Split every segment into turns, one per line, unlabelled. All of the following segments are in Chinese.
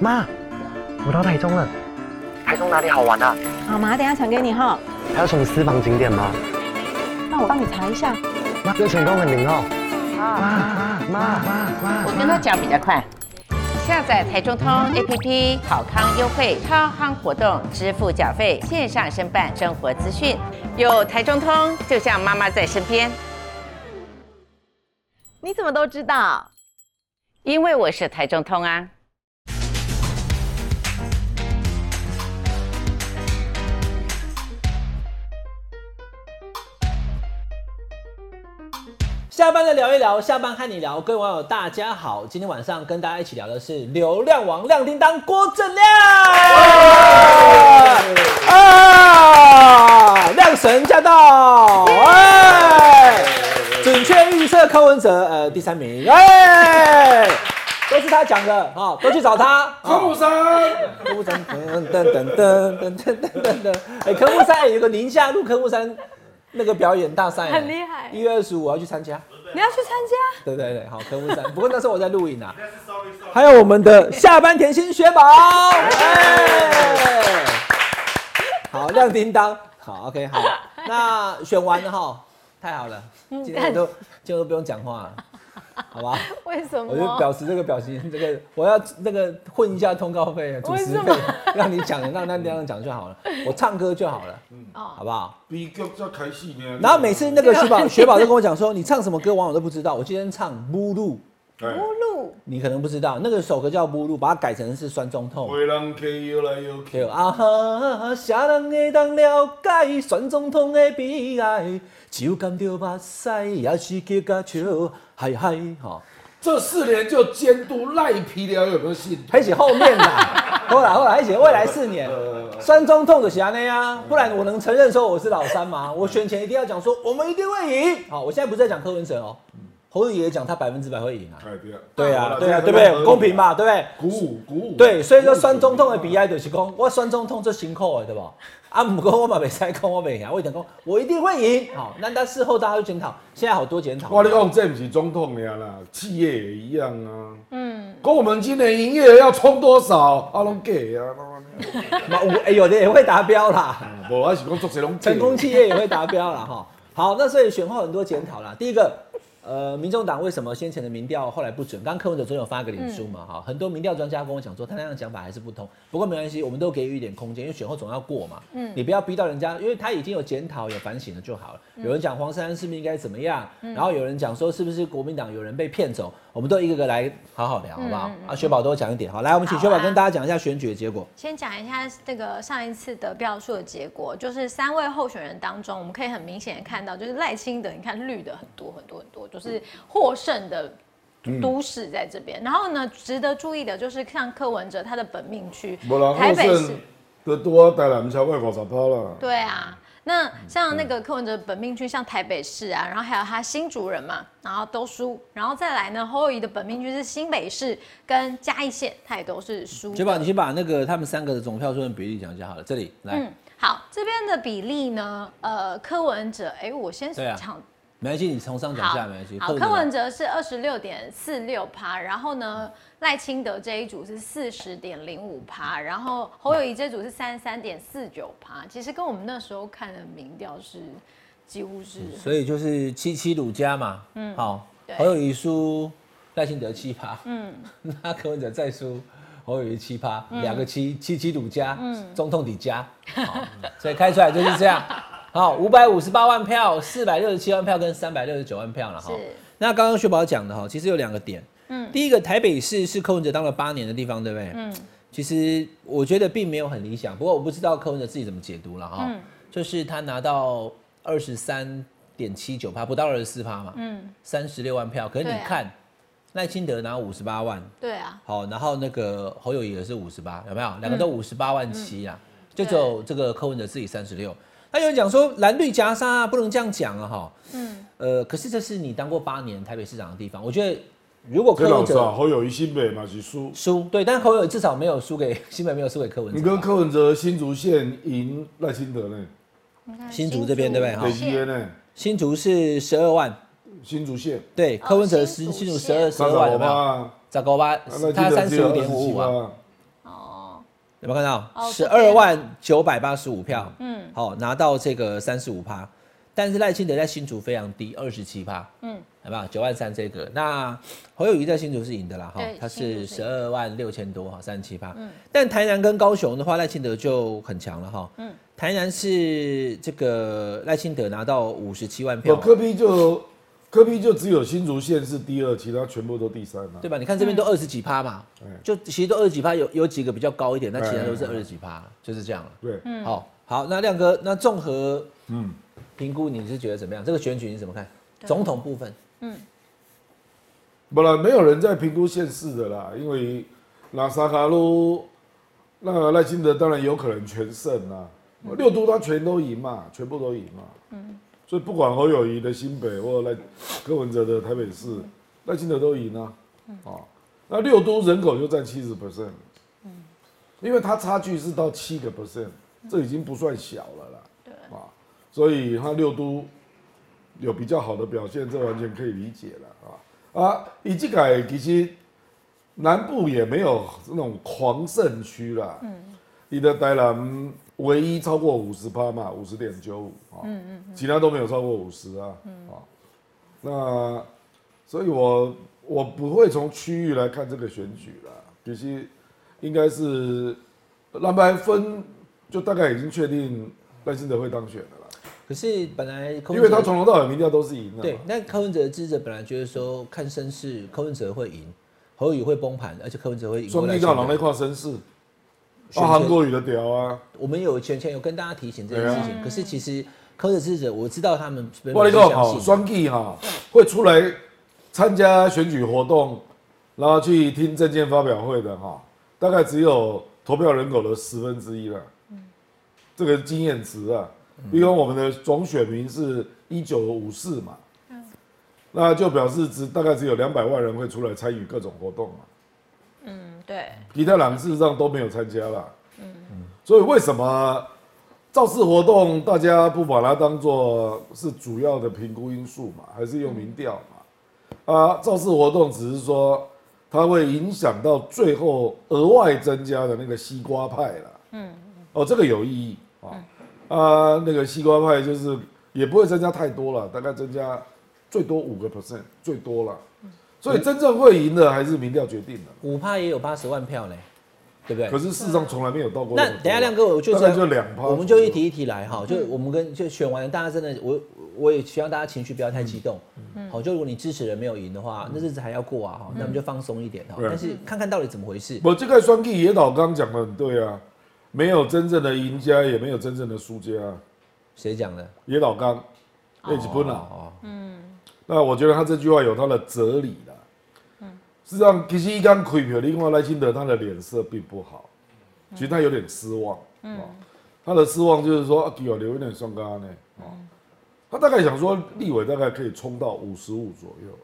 妈，我到台中了。台中哪里好玩啊？
好，妈，等一下传给你哈。
还有什么私房景点吗？
那我帮你查一下。
妈，六成功很灵哦。妈妈妈妈，
我跟他讲比较快。下载台中通 APP，好康优惠、超夯活动，支付缴费，线上申办生活资讯。有台中通，就像妈妈在身边。
你怎么都知道？
因为我是台中通啊。
下班的聊一聊，下班和你聊，各位网友大家好，今天晚上跟大家一起聊的是流量王亮叮当郭正亮啊，亮神驾到，哎，准确预测柯文哲呃第三名，哎，都是他讲的啊，都去找他，
科目三，
科目三，噔噔噔噔噔噔噔噔噔，哎，科目三有个宁夏路科目三那个表演大赛，
很厉害
一月二十五我要去参加，
你要去参加？
对对对，好，科目三。不过那时候我在录影啊。还有我们的下班甜心雪宝，哎，好，亮叮当，好，OK，好。那选完了哈，太好了，今天都今天都不用讲话了，好吧？
为什
我就
么？
表示这个表情，这个我要那个混一下通告费、啊主持
为什
费，让你讲，让那亮讲就好了，我唱歌就好了，
哦
好不好？
比较在开戏呢。
然后每次那个 雪
啊
宝雪宝都跟我讲说，你唱什么歌，网友都不知道。我今天唱《目录》，
哎，
哦
路
你可能不知道，那个首歌叫《目录》，把它改成是酸中痛。
回人去又来又去
对，啊哈，啥人会当了解酸中痛的悲哀？只有甘着目屎，也是叫甲笑，嗨嗨吼。
这四年就监督赖皮聊有没有信徒？
还写后 面啦，后来后来还写未来四年，酸中痛的写那呀，不然我能承认说我是老三吗？我选前一定要讲说我们一定会赢。好，我现在不是在讲柯文哲哦，侯友宜也讲他百分之百会赢啊。
哎，对啊，
对啊，对啊，
这
对不
个
对？公平嘛，对不对？
鼓舞鼓舞。
对，所以说酸中痛的悲哀就是讲，我酸中痛最辛苦的，对吧？啊，不过我嘛袂使讲我袂赢，我一定讲我一定会赢。好，那但事后大家就检讨，现在好多检讨。
哇，你讲这不是总统的啦，企业也一样啊。嗯，跟我们今年营业额要冲多少，啊，拢给啊。
嘛有哎有的也会达标啦。
嗯
我还是讲做谁拢假的
成功企业也会达标了哈。好，那所以选后很多检讨啦。第一个，呃，民众党为什么先前的民调后来不准？刚柯文哲总有发个脸书嘛，哈、很多民调专家跟我讲说，他那样的讲法还是不通。不过没关系，我们都给予一点空间，因为选后总要过嘛。嗯，你不要逼到人家，因为他已经有检讨、有反省了就好了。
嗯
有人讲黄珊珊是不是应该怎么样？然后有人讲说是不是国民党有人被骗走？我们都一个个来好好聊，好
嗯
不好？啊，雪宝多讲一点，好，来，我们请雪宝
好啊
跟大家讲一下选举的结果。
先讲一下这个上一次得票数的结果，就是三位候选人当中，我们可以很明显的看到，就是赖清德，你看绿的很多很多很多，就是获胜的
嗯
都市在这边。然后呢，值得注意的就是像柯文哲他的本命区
无啦，，
台
获
北市
胜。的多，啊台南超过五十趴啦。
对啊，那
嗯
像那个柯文哲本命区，像台北市啊，然后还有他新竹人嘛，然后都输，然后再来呢，侯友谊的本命区是新北市跟嘉义县，他也都是输。
雪宝，你先把那个他们三个的总票数的比例讲一下好了。这里来，
嗯，好，这边的比例呢，呃，柯文哲，哎、我先
对啊
讲
没关系，你从上讲
好
下没关系。
好，柯文哲是二十六点四六趴，然后呢，赖清德这一组是四十点零五趴，然后侯友谊这组是三十三点四九趴。其实跟我们那时候看的民调是几乎是
所以就是七七鲁加嘛，嗯，好，
对
侯友谊输赖清德七趴，嗯， 那柯文哲再输侯友谊七趴，
嗯
两个七七七鲁加，嗯，中痛底加，好，所以开出来就是这样，好，五百五十八万票，四百六十七万票跟三百六十九万票了哈
是。
那刚刚薛宝讲的哈，其实有两个点，嗯，第一个台北市是柯文哲当了八年的地方，对不对？嗯，其实我觉得并没有很理想，不过我不知道柯文哲自己怎么解读了哈，就是他拿到二十三点七九趴，不到二十四趴嘛，嗯，三十六万票，可是你
对啊
看赖、清德拿五十八万，
对啊，
好，然后那个侯友谊也是五十八，有没有？两
嗯
个都五十八万七啊，就只有这个柯文哲自己三十六。那有人讲说蓝绿夹杀、啊、不能这样讲啊，哈，嗯，呃，可是这是你当过八年台北市长的地方，我觉得如果
这
柯
老
文
早
哲
好友谊新北嘛是输，
输，对，但侯友宜至少没有输给新北，没有输给柯文
你
哲。
跟柯文哲新竹县赢赖清德呢，
新竹这边对不对好
北基的呢，
新竹是十二万，
新竹县
对，柯文哲是
哦新竹
新竹十
县
二十
三
二
十
万
五
有没有？
趴，
糟糕吧
啊赖，
他
清德
三
只
十
有
五点五五啊，
25%
有没有看到？
哦
十
这
二
边
万九百八十五票，嗯，好、拿到这个三十五趴，但是赖清德在新竹非常低，二十七趴，嗯，好不好？九万三这个，那侯友谊在新竹是赢的啦，哈
对，
他是
新竹是
十二万六千多，哈，三十七趴，嗯，但台南跟高雄的话，赖清德就很强了，哈，嗯，台南是这个赖清德拿到五十七万票
我，科比就科比就只有新竹县是第二，其他全部都第三啊。
对吧？你看这边都二十几趴嘛，就其实都二十几趴，有有几个比较高一点，那其他都是二十几趴，就是这样了。
对，
好好，那亮哥，那综合嗯评估，你是觉得怎么样？这个选举你怎么看？总统部分，
不然没有人在评估县市的啦，因为拉萨卡路那个赖清德当然有可能全胜啦，六都他全都赢嘛，全部都赢嘛。所以不管侯友谊的新北或赖柯文哲的台北市，赖清德都赢啊。哦，那六都人口就占七十 percent，因为它差距是到七个 percent，这已经不算小了啦。对啊，所以他六都有比较好的表现，这完全可以理解了啊啊！以及改其实南部也没有那种狂胜区啦。嗯，你的台南唯一超过五十趴嘛，五十点九五啊。嗯嗯，其他都没有超过五十啊。嗯啊，那所以我我不会从区域来看这个选举啦，其实应该是蓝白分就大概已经确定赖清德会当选了啦。
可是本来柯
因
文
为他
哲
从头到尾民调都是赢的嘛。
对，那柯文哲的支持者本来觉得说看声势，柯文哲会赢，侯友宜会崩盘，而且柯文哲会赢过
双
赖
立
清
到狼那
德。
块绅士，
选择
啊，韩国语的屌啊，
我们有前前有跟大家提醒这件事情，可是其实柯文哲支持者，我知道他们没有
我啊跟你讲
相
好，
信。
双立哈会出来参加选举活动，然后去听证件发表会的哈，大概只有投票人口的十分之一了。
嗯
这个经验值啊，因为我们的总选民是一九五四嘛，
嗯
那就表示只大概只有两百万人会出来参与各种活动嘛。
嗯，对，嗯
皮特朗事实上都没有参加啦。所以为什么造势活动大家不把它当做是主要的评估因素嘛，还是用民调嘛？啊，造势活动只是说它会影响到最后额外增加的那个西瓜派啦。嗯，哦，这个有意义啊。啊，那个西瓜派就是也不会增加太多了，大概增加最多五个 percent 最多了。
嗯
所以真正会赢的还是民调决定的。
五趴也有八十万票嘞，对不对
可？是事实上从来没有到过
那
么多
等一下亮哥，我就
大
是
概就两趴，
我们就一题一题来哈，就我们跟就选完，大家真的，我我也希望大家情绪不要太激动，
嗯
好，就如果你支持人没有赢的话，那日子还要过啊哈，那我们就放松一点哈，
对
但是看看到底怎么回事。
我这个双 K 野岛刚刚讲的很对啊，没有真正的赢家，也没有真正的输家、啊。
谁讲的？
野岛刚，那基本啊，
哦，
那我觉得他这句话有他的哲理啦。事实上，其实一刚开票，你看赖清德他的脸色并不好，其实他有点失望。嗯，他的失望就是说，啊，有留一点双杠呢。哦，他大概想说，立委大概可以冲到五十五左右。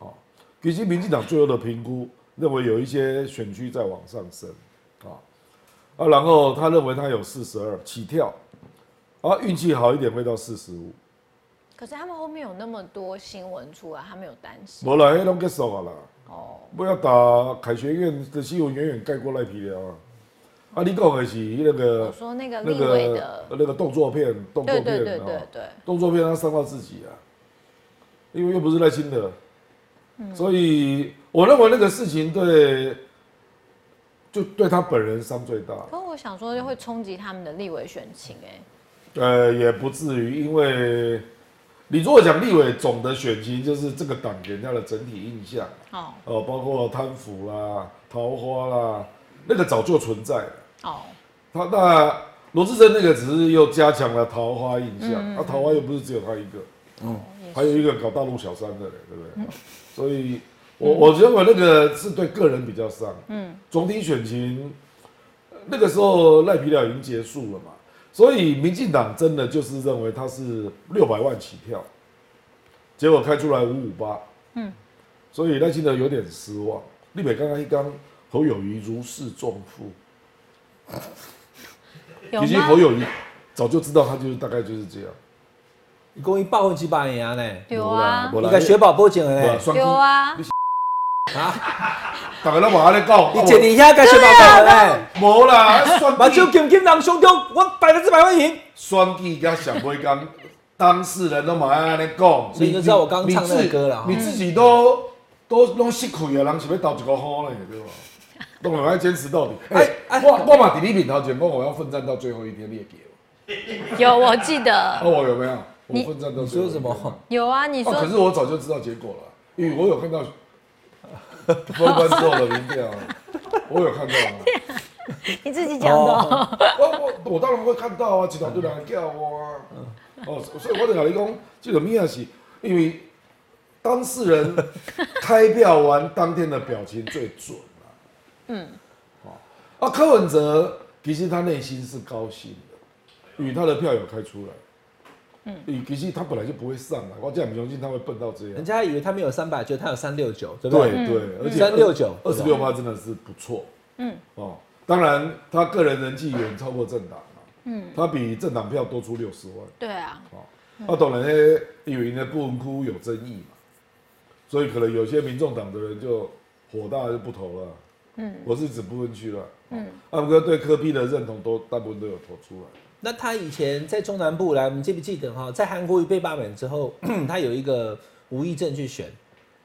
哦，其实民进党最后的评估认为有一些选区在往上升。啊啊，然后他认为他有四十二起跳，啊，运气好一点会到四十五。
可是他们后面有那么多新闻出来，他们有担心
无啦，迄拢结束啊啦。
哦。
不要打凯旋院的新闻远远盖过赖皮了啊！啊，你讲的是那
我
个
说那个
那
立委
个
的，
那个动作片，动作
对
片
对对
哦
对对，
动作片他伤到自己啊，因为又不是赖清德，
嗯
所以我认为那个事情对，就对他本人伤最大。
可我想说，就会冲击他们的立委选情哎、
呃，也不至于，因为你如果讲立委总的选情，就是这个党给人家的整体印象。
哦
哦，包括贪腐啦、桃花啦，那个早就存在了。
哦，
他那罗志正那个只是又加强了桃花印象，那、桃花又不是只有他一个，还有一个搞大陆小三的嘞，对不对？所以我我认为那个是对个人比较伤。嗯，总体选情呃那个时候赖皮了已经结束了嘛，所以民进党真的就是认为他是六百万起跳，结果开出来五五八。所以赖清德有点失望。立美刚刚一刚侯友谊如释重负，
有
其实
吗
侯？友谊早就知道他就是大概就是这样。
你故意报混七八年啊呢？
有啊，啊
没啦
你个雪宝波警了
没啦
呢？
双
有
击
啊，
啊，
大家都话咧讲，
你姐底下该选老板哎，
无啦，
把
选
酒
举
金金人胸中，我百分之百会赢。
选举甲上尾工，当事人都嘛安尼讲，
所以你就知道我刚刚唱那个歌了哈
你自你自己都都拢失去啊，人想要投一个好呢， 对吧？当然要坚持到底。哎、
哎
我我嘛伫你面头前讲我要奋战到最后一天，你也给
有，我记
我。
得
哦，我有没有？我
你
奋战到
哎你
最后
说什
一天
么？
有啊，你
哦，
说
可是我早就知道结果了，因为我有看到封关之后的民调，啊我有看到啊。
你自己讲的哦。
哦，
我我我当然会看到啊，一大堆人叫我啊。哦，所以我就跟你讲，这个物啊是因为当事人开票完当天的表情最准啊。嗯。哦，啊，柯文哲其实他内心是高兴的，因为他的票有开出来。嗯，其实他本来就不会上啊来，我这样不相信他会笨到这样
人。家以为他没有三百九，他有三六九，对不
对
对？
对，而且
369
二十六趴真的是不错。嗯，哦，当然他个人人气远超过政党嘛。嗯，他比政党票多出六十万。
对啊，
啊，当然呢，因为呢不文窟有争议嘛，所以可能有些民众党的人就火大就不投了。嗯，我是指不分区了。嗯，阿姆哥对科批的认同都大部分都有投出来。
那他以前在中南部来，我们记不记得哈？在韩国瑜被罢免之后， 他有一个无意政去选，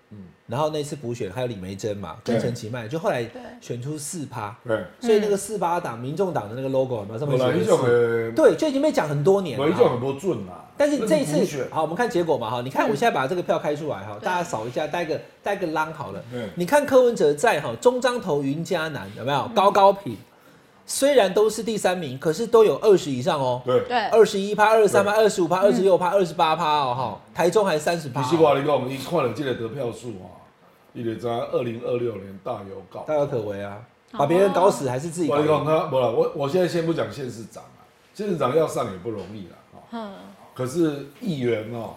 嗯，然后那次补选还有李梅珍嘛，跟
对
陈其迈，就后来选出四趴，
对，
所以那个四八党、民众党的那个 logo 有没有上面
本哎来
写
一
的
种
四？
很，
对，就已经被讲很多年了
本来一种。很多准啦。
但是你这一
那是补
次
嗯选，
好，我们看结果嘛哈。你看我现在把这个票开出来哈，大家扫一下，带个带个浪好了
对。
你看柯文哲在哈中彰投云嘉南有没
嗯
有高高品？虽然都是第三名，可是都有二十以上哦。
对，嗯
对，
二十一趴、二十三趴、二十五趴、二十六趴、二十八趴哦哈。台中还三十趴哦
你。是我跟你讲，伊看了这个得票数啊，伊就知二零二六年大有搞。
大有可为啊，把别人搞死还是自己
我
搞
跟你
死。
讲，他不了，我我现在先不讲县市长啊，县市长要上也不容易啦。嗯。可是议员哦，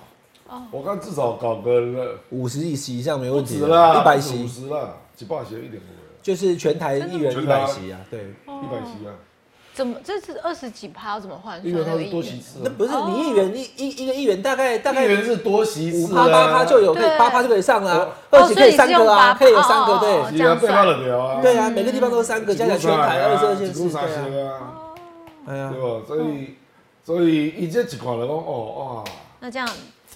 我看至少搞个
五十席以上没
不
问题
止
的，
啦，
啊一百
五
席
十啦，几百席一点五
就是全台议员一
真的
百
吗
席啊，对。
了，
哦
一百席啊，
怎么这次二十几趴要怎么换算？
因为他
那个
是
议
多
员
席次
那
啊，
不是你议员一一一个议员大概大
议员
概
是多席
五
次啊，
趴八趴就有，可以
对
八趴就可以上啦，
哦
二十可以三个啊，可
所以
以
你是用
有
八
三
趴
个
哦哦
对。
你啊，被骂了聊啊，
对啊，每个地方都是三个，加起来全台二十二县市，
几股
对
三席
啊，
啊。
哎呀
对，吧？所以，所以伊这一看就讲，哦哇，
那这样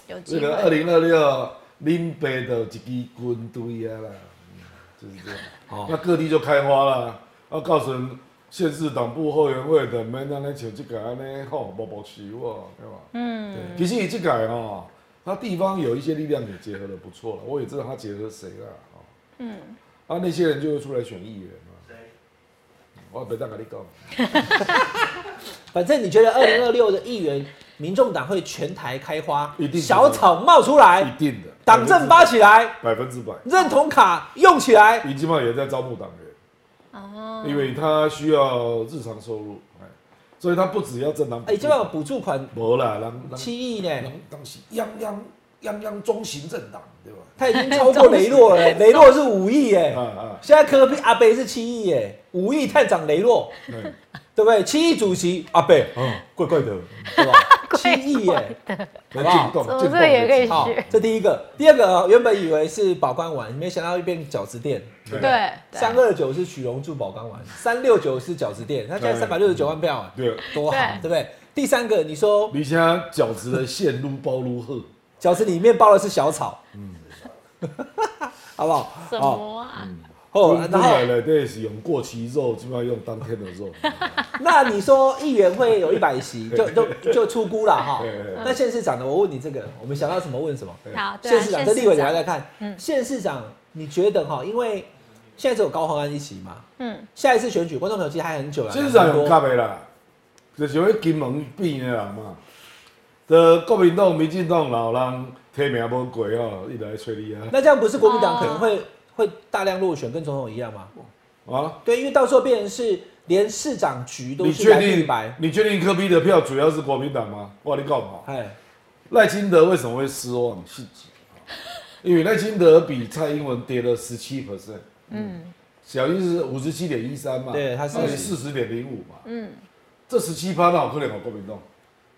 有
这
机
个二
会。
零二六林北的一支军队啊啦，嗯就是这样。那各地就开花了，啊，告诉县市党部后援会的免安尼像这个安尼吼，默默收哦，对吧？嗯，其实伊这个哦，他地方有一些力量也结合的不错了，我也知道他结合谁了哦。嗯，啊，那些人就会出来选议员嘛。我不当跟你讲，
反正你觉得二零二六的议员，民众党会全台开花
一定，是
小草冒出
一
来，
定的，
党政发起来，
百分之百。
认同卡用起来，
林基茂也在招募党员，因为他需要日常收入，哎，所以他不只要政党补助，
哎，这边有补助款
没啦，人人
七亿呢，
人当时泱泱泱泱中型政党，对吧？
他已经超过雷洛 了，雷洛是五亿耶
啊，啊，
现在科比阿贝是七亿耶，五亿探长雷洛，
对，
对不对？七亿主席阿 贝，
哦，怪怪的，
对吧？七亿耶，好
来
不好
进动，
怎么
进
这
动
个也可以
好，这第一个，第二个呃原本以为是宝冠丸，没想到又变饺子店。
对
对，
三二九是许荣柱宝冠丸，三六九是饺子店，他现在三百六十九万票，哎
对，
多好，对不对？第三个，你说
你现在饺子的馅撸包撸喝，
饺子里面包的是小草，嗯， 好不好？
什
哦
么啊？
哦，然
然
后
后呢，对，是用过期肉，基本上用当天的肉，
那你说议员会有一百席，就就就出估了哈
对对对。
那县市长呢？我问你这个，我们想到什么问什么。
好，对
县
啊，
市长
县
跟立委
市
等下
长嗯
再看。县市长，你觉得哈？因为现在只有高鸿安一席嘛，
嗯，
下一次选举，观众朋友其实还很久了，
这是上
两
有
年
cap
多
的啦，就是迄金门变的人嘛。的国民党、民进党老人提名无过吼，伊就来催你啊！
那这样不是国民党可能
哦
会会大量落选，跟总统一样吗？
啊，
对，因为到时候变成是连市长局都
你
是
确
蓝绿
定
白，
你确定科比的票主要是国民党吗？我跟你讲嘛，
哎，
赖清德为什么会失望自己？因为赖清德比蔡英文跌了十七 percent，嗯，小英是五十七点一三嘛，
对他是
四十点零五嘛，嗯，这十七趴那好可怜哦，国民党。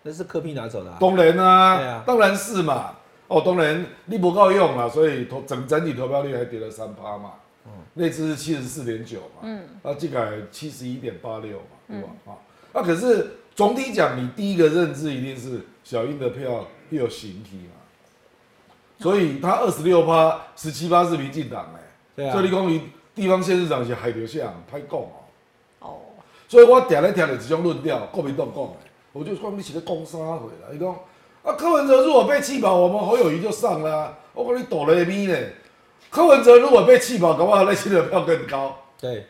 那是柯 P 拿走的、啊。
当然啦、
对啊
当然是嘛。哦，当然你不够用啦，所以投整整体投票率还跌了三趴嘛。那次是七十四点九嘛，嗯，那这个七十一点八六嘛，对吧？啊，那可是总体讲，你第一个认知一定是小英的票又有形体嘛，所以他二十六趴、十七趴是民进党哎，
对啊
所以你讲你地方县市长是海流巷歹讲哦，
哦，
所以我定咧听着一种论调，国民党讲的，我就说你是咧讲啥回啦？伊讲啊，柯文哲如果被气跑，我们侯友谊就上啦、我讲你躲了咪咧，柯文哲如果被气跑，搞不好赖清德票更高，
对，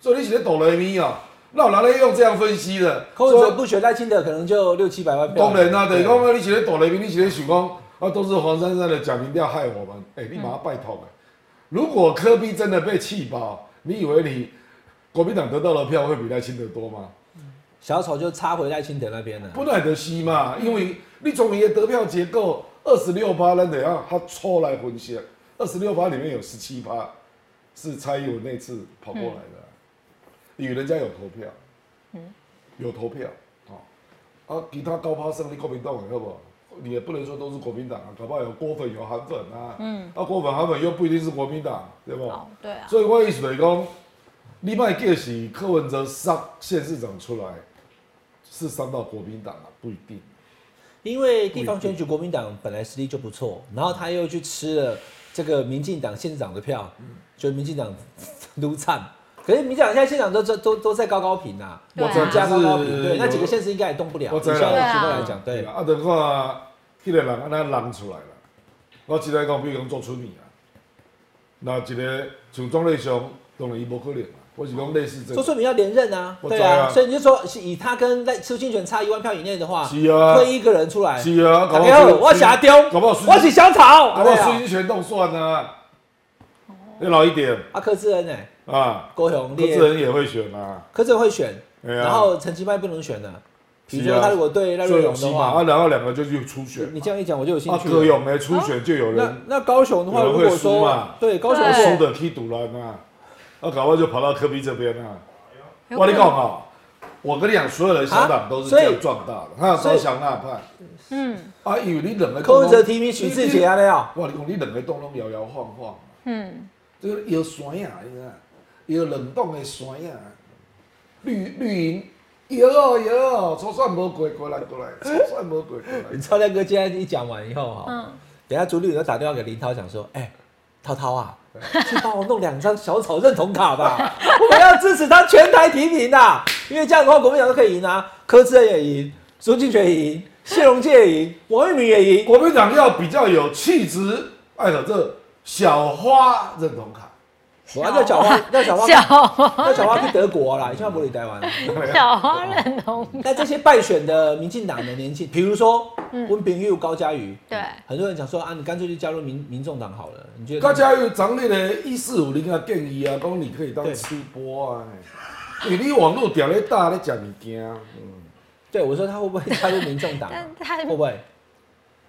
所以你是咧躲了咪啊？那我拿来用这样分析的，
柯文哲
说
不选赖清德，可能就六七百万票。
当然啦、等于
对
讲啊，你是咧躲了咪，你是咧想讲啊，都是黄珊珊的假民调害我
嗯
们，哎、你把他拜托了、如果柯比真的被气跑，你以为你国民党得到的票会比赖清德多吗？
小丑就插回赖清德那边了。
不耐得惜嘛，因为你从伊的得票结构二十六趴，咱得要他抽来分析，二十六趴里面有十七趴是蔡英文那次跑过来的啊，因为人家有投票，有投票哦，啊，其他高趴胜利国民党好不好？你也不能说都是国民党啊，搞不好有郭粉有韩粉啊，嗯，啊郭粉韩粉又不一定是国民党，对不？
哦，对啊，
所以我的意思就是讲，你卖叫是柯文哲杀县市长出来，是伤到国民党啊，不一定。
因为地方选举国民党本来实力就不错，然后他又去吃了这个民进党县长的票，
嗯
就民进党撸惨。可是民进党现在县长都都都都在高高平啊，
对啊
增加高高
就
平，
是
对，那几个县市应该也动不了。
我知道
以现在的
对啊
情况来讲，对，
啊，等看迄个人安那人出来了。我只来讲，比如讲做村民啊，那一个像庄瑞雄，当然伊无可能啊。我是讲类似这
周
个，
顺明要连任啊，
我
对
知
啊，
啊
所以你就说是以他跟赖苏清泉差一万票以内的话，
是啊
推一个人出来，
是啊，搞
大
不
家
好
好，
孙
我是阿丢，
搞不好
我
孙
是小草，
搞不
对
好孙
啊，
英权动算啊。你老一点
啊柯志恩呢，
啊，
高雄
柯
烈
志仁也会选啊。
柯震会选，
哎呀
然后陈其迈不能选的、比如
是
说
啊
他如果对赖
就
瑞
有
勇
戏
的
嘛，啊，
话，
然后两个就去初选嘛。
你这样一讲我就有兴
啊，
趣
葛
了。
勇没
哦
初选就有
那
人
那高雄的话，
有人
如
会
果
输
说
嘛
对高雄
对
输
说
的踢赌篮啊，啊，搞不好就跑到科比这边啊。
有
我跟你
可
讲
能
啊，我跟你讲，所有的小党都是
啊所以
这样壮大的，还有高翔那派，
嗯
啊，以为你两个
柯文哲提
你
名许志杰啊，那样，
我跟你讲，你两个党拢摇摇晃晃，
嗯，
这个摇山啊，你知道，摇冷冻的山啊，绿绿营摇哦摇哦，初选无过过来过来，初选无过过
你
来，
知道亮哥今天一讲完以后哈，
嗯
等一下朱立伦就打电话给林涛讲说，哎、涛涛啊，去帮我弄两张小草认同卡吧， 我要支持他全台提名啊，因为这样的话国民党都可以赢啊，柯志恩也赢，苏进全也赢，谢龙介也赢，王玉明也赢，
国民党要比较有气质，哎呦，这小花认同卡。
我要小花，要小花，
小 花
要小花去德国啦，千万不理台 湾。
啊
小花认同，
那这些败选的民进党的年轻，比如说温炳佑、高嘉瑜，
嗯对
很多人讲说啊，你干脆就加入民民众党好了。你觉得？
高嘉瑜长烈的一四五零啊建议啊，讲你可以当吃播啊，因为你网络点咧大咧讲物件，嗯
对我说他会不会加入民众党啊、
但他
会不 会？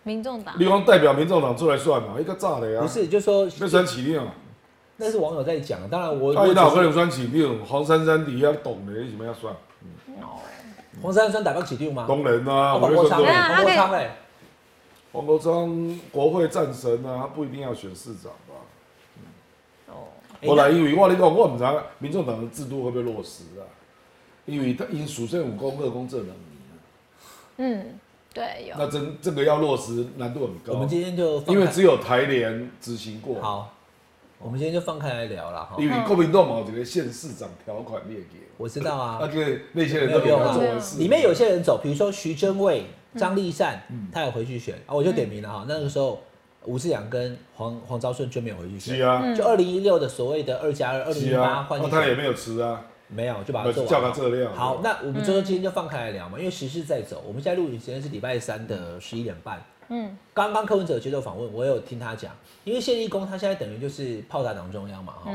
民众党
你讲代表民众党出来算嘛，一个炸的啊，
不是，就说
要选起定啊，
那是网友在讲，当然我
啊，
我
伊哪有可
只是
能选起定？黄珊珊底下懂的，你什么要算？
黄珊珊打不起定吗？
当然啊，
啊
我
黄
就
国
说
昌嘞，
对
说，
啊
黄国昌欸嘞，
黄国昌国会战神啊，他不一定要选市长吧？
哎
后来因为我跟你讲，我唔知道民众党的制度会不会落实啊？因为他因属政五公二公这能力啊，
嗯，对，有
那真这个要落实难度很高。
我们今天就放
因为
开
只有台联执行过，
好，我们今天就放开来聊了哈。
因为国民党某这个县市长条款列给，
我知道啊
啊，对那些人都给他做为事，
里面有些人走，比如说徐祯卫、张立善，
嗯
他有回去选啊，我就点名了哈。那个时候吴志阳跟黄黄昭顺就没有回去
是
选，
啊，
就二零一六的所谓的二加二、二零
是
嗯一八
啊，
换
那
进
他也
去
没有吃啊，
没有，就把它
那
做
就
完。
叫他这样。
好，那我们就说今天就放开来聊嘛，因为时事在走。我们现在录影时间是礼拜三的十一点半。嗯，刚刚柯文哲接受访问，我有听他讲，因为谢立功他现在等于就是炮打党中央嘛，哈、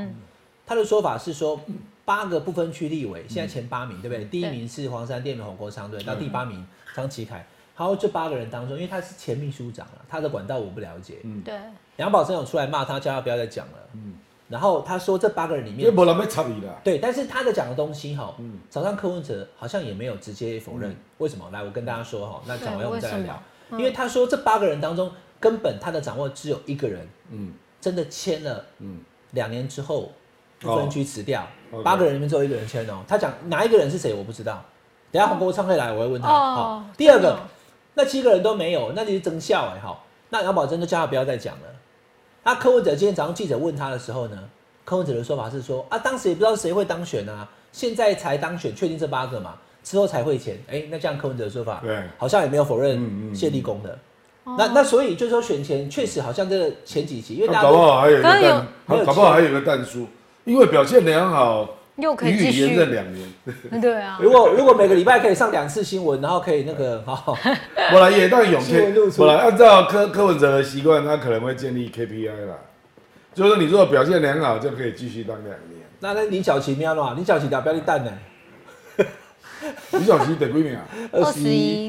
他的说法是说，八个不分区立委现在前八名，对嗯不对？嗯第一名是黄山店名火锅商队，到第八名张启凯。然后这八个人当中，因为他是前秘书长啊，他的管道我不了解。
对，
杨宝森有出来骂他，叫他不要再讲了。
嗯
然后他说这八个人里
因为
面
没人要插
啊
你啦，
对，但是他的讲的东西哈，
嗯
早上柯文哲好像也没有直接否认，为什么？来，我跟大家说哈，那讲完
嗯对
我们再来
为什
聊
么，
因为他说这八个人当中，
哦
根本他的掌握只有一个人，嗯，真的签了，嗯，两年之后分区辞掉
哦，
八个人里面只有一个人签哦。他讲哪一个人是谁我不知道，等一下黄国昌会来我会问他。
哦
好，第二
真的
个
哦，
那七个人都没有，那你是真笑哎哈。那杨宝珍就叫他不要再讲了。那柯文哲今天早上记者问他的时候呢，柯文哲的说法是说啊，当时也不知道谁会当选啊，现在才当选，确定这八个嘛，之后才会签。哎、那这样柯文哲的说法，
对
好像也没有否
嗯嗯
认
嗯
谢立功的。那那所以就是说选前确实好像这个前几期，因为
他
大家
啊搞不
都
好还有一个
可能有
蛋，他搞不好还有一个蛋叔，因为表现良好，
又可以
予
继
以延任
续，
两年。
对啊，
如果如果每个礼拜可以上两次新闻，然后可以那个 哦好，
本来也让永
新闻露
K，
出
本来按照柯柯文哲的习惯，他可能会建立 KPI 啦，就是你如果表现良好，就可以继续当两年。
那那李小琪喵啦，李小琪打不要你蛋呢，
李小琪得几名啊？
二十一，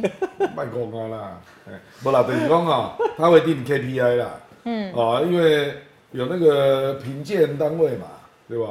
卖讲啊啦，哎，不啦，就是讲啊，他会定 KPI 啦，嗯，啊，因为有那个评鉴单位嘛，对吧？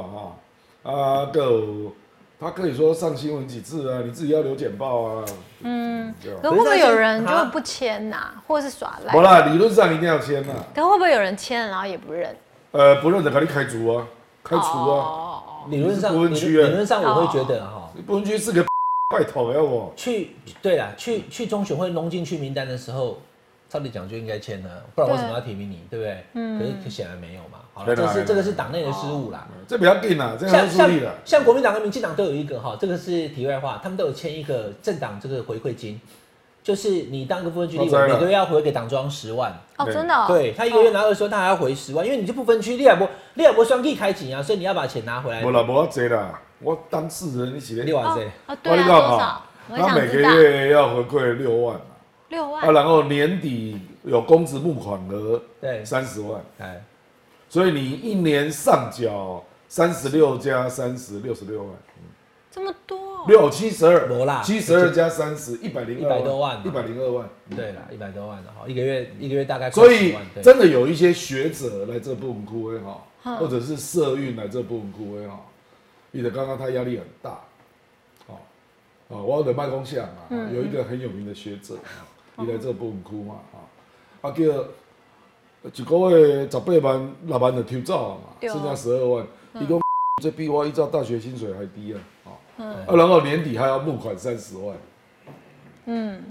哈、啊，各有他可以说上新闻几次啊，你自己要留简报啊，嗯，对吧？
可会不会有人
可
就是
那些
不签呐、或者是耍赖
不？啦，理论上一定要签啦、
可会不会有人签然后也不认？
呃，不认得，赶紧开除啊，开除啊，
哦，
理论上
你是不分
理
区欸
理论上我会觉得哦哈，
你不能去是个 拜托要我，
去对啦，去去中选会弄进去名单的时候，照理讲就应该签了，不然为什么要提名你，对不对？嗯，可是显然没有嘛，好了，
对
这
啦对
是
啦
这个是党内的失误啦。
这比较定啦，这样
像
树
像
立了。
像国民党跟民进党都有一个哈，这个是题外话，他们都有签一个政党这个回馈金，就是你当个部分区立
我知道
委，
了
每个月要回给党中央十万。
哦，真的、哦，
对他一个月拿二十万，他还要回十万，因为你就不分区，你也不你也不算地开紧啊，所以你要把钱拿回来
无。啦，无我多啦，我当事人一起咧
六万
哦
这，
哦，
我
对
跟你
啊，
讲哈
多少？我也
他
想
每个
知道，
月要回馈六万啊
六万
啊，然后年底有公职募款额
对
三十万，
哎，
所以你一年上缴三十六加三十六十六万，
这么多、
六七十二，
没啦
七十二加三十一百零二
100多万
一百零二万。
对了，一百多万了哈，一个月一个月大概快
所以
10万对
真的有一些学者来这部分枯萎哈，或者是社运来这部分枯萎哈，你的刚刚他压力很大，哦哦，我的麦公像啊，有一个很有名的学者啊，你来这部分枯嘛啊，啊叫一个月十八万六万就抽走了嘛，
对啊
剩下十二万，一共 这比我依照大学薪水还低啊，哦啊，然后年底还要募款三十万，嗯，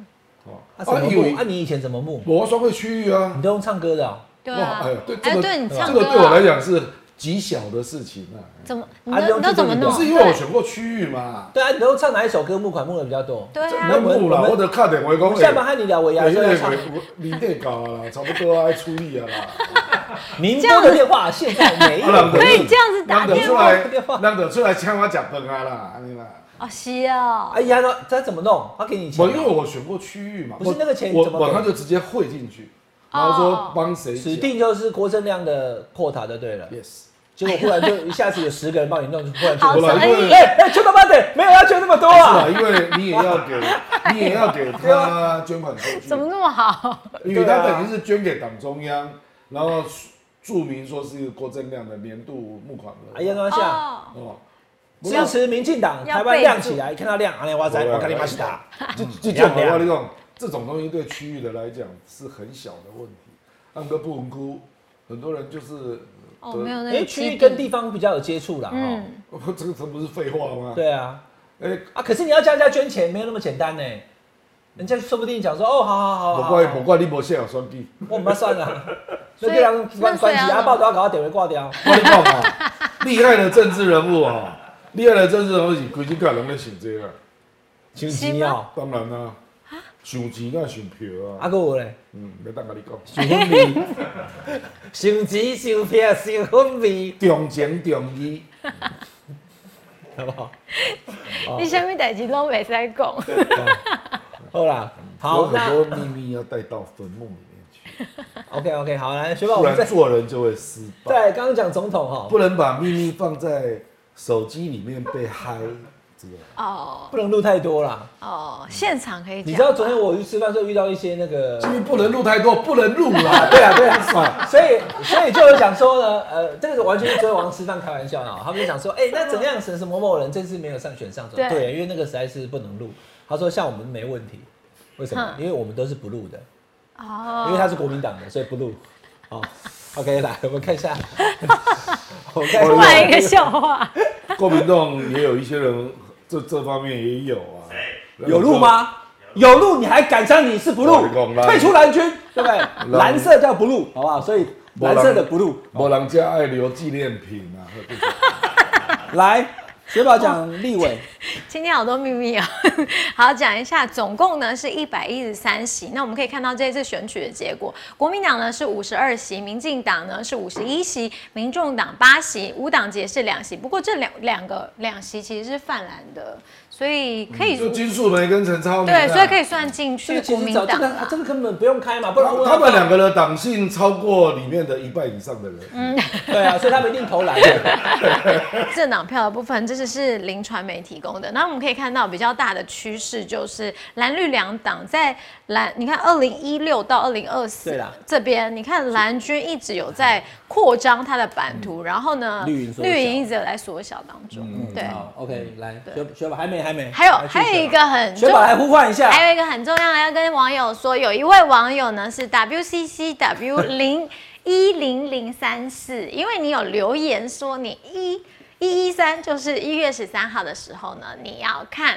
啊
哦，
什么
以为
木？啊你以前怎么木？
我双汇区域啊，
你都用唱歌的哦，
对啊，
哇哎对这
哎
个
对你唱
这
歌、
个
啊
对我来讲是极小的事情啊，
怎么，你
啊
都
你
你都
要
怎么
记
不
住
弄？
是因为我选过区域嘛，
对啊，你都唱哪一首歌？募款募的比较多。
对对
内
啊，
幕啦，我得看点围攻。
下班和你聊维亚
对，因
说
为
要唱，
我你得搞啊啦，差不多啊，要出力啊 啦，
民播的电话现在没有。
啊
可以这样子打
让得
电
出
话
来
电话，
让得出来请我讲饭啊啦，安尼啦。
哦，是哦，
哎呀，他说他怎么弄？他给你钱
我
啊。
因为我选过区域嘛，
不是
我
那个钱
我
怎么
我
给
他就直接汇进去，
哦
然后说帮谁
指
缴
定就是郭正亮的 quota 就对了，
，yes，
结果忽然就一下子有十个人帮你弄，忽然就
好
我来
哦所
问
以啊
哎哎，缺他妈的，没有要缺那么多
是
啊
啊，！因为你也要给，你也 要给他捐款出去，啊
怎么那么好？
啊
因为他等于是捐给党中央，然后注明说是郭正亮的年度募款额。
哎呀，那下。
哦，
哦，
支持民进党，
要
台湾
备
亮
注
起来，看到亮，阿哎内哇塞，
啊
我看你马西达。
这
一
这种的
样
话，
的
你讲这种东西对区域的来讲是很小的问题。按个不文窟，很多人就是
哦，
得
没有
因
那
为
个
区域
基
跟
地，
地方比较有接触啦，哦哈。
嗯，
呃 这个这不是废话吗？，
对啊，
哎，
啊，可是你要叫人家捐钱，没有那么简单呢。人家说不定讲说，哦，好好好
不
好
怪
好
不，怪你没写好算计，
我们算 了。
所
那
以
个人关
那所
关
以要
机
怎
阿
么
豹都要搞到电话挂掉。
我跟你讲啊， 厉害的政治人物啊，厉害的政治人物是规矩个人咧想这个，
请
是
机
吗
哦，
当然啦，想钱啊想票
阿
啊，
哥我 嘞，
嗯，要当跟你讲。
想分味，想钱想票想分味，
重情重义，
好不好？
你下面代志都没在讲，
好啦，
有
好，
很
那
多秘密要带到坟墓里面去，
OK OK，好，来，学霸，
不
我们
然
再
做人就会失败。
再刚刚讲总统哈，
不能把秘密放在手机里面被嗨，知道吗？
哦
不能录太多啦。
哦，现场可以讲，
你知道昨天我去吃饭时候遇到一些那个，
秘密不能录太多，不能录 啦。
对啊对啊，所以所以就有想说呢，呃，这个是完全是昨天晚上吃饭开玩笑啊，他们就想说，哎、那怎样什什么某某人这次没有上选上总统
对
对，因为那个实在是不能录。他说像我们没问题，为什么？
哼
因为我们都是不录的，
哦，
因为他是国民党的，所以不录。哦，OK，来，我们看一下，我们看
突
突
一下
然一个笑话，
郭明栋也有一些人这这方面也有啊。
有录？吗？有录你还敢讲你是不录
我讲？啦
退出蓝军，对不 对？蓝色叫不录，好不好？所以蓝色的不录。
我人家爱留纪念品啊。
来，雪宝讲立委，
今天好多秘密啊、 好，讲一下，总共呢是一百一十三席。那我们可以看到这一次选举的结果，国民党呢是五十二席，民进党呢是五十一席，民众党八席，无党籍是两席。不过这两两个两席其实是泛蓝的，所以可
嗯
以、
就金素梅跟陈超明啊。
对，所以可以算进
这
去
个其
国
实
民
早这
党啊
个
啦。
这个根本不用开嘛，不然问
他们两个的党性超过里面的一半以上的人。
对啊，所以他们一定投蓝的。
政党票的部分，这只是林传媒提供的。那我们可以看到比较大的趋势就是蓝绿两党在蓝，你看二零一六到二零二
对
四
啦
这边，你看蓝军一直有在扩张它的版图，然后呢，
嗯绿营缩小嗯
绿营一直有在缩小当中，对。
好，OK，来，
嗯
雪雪宝还没还没，
还有
来继续
还有一个很
雪
重
宝来呼唤一下，
还有一个很重要的要跟网友说，有一位网友呢是 WCCW 零一零零三四，因为你有留言说你一一一三，就是一月十三号的时候呢，你要看。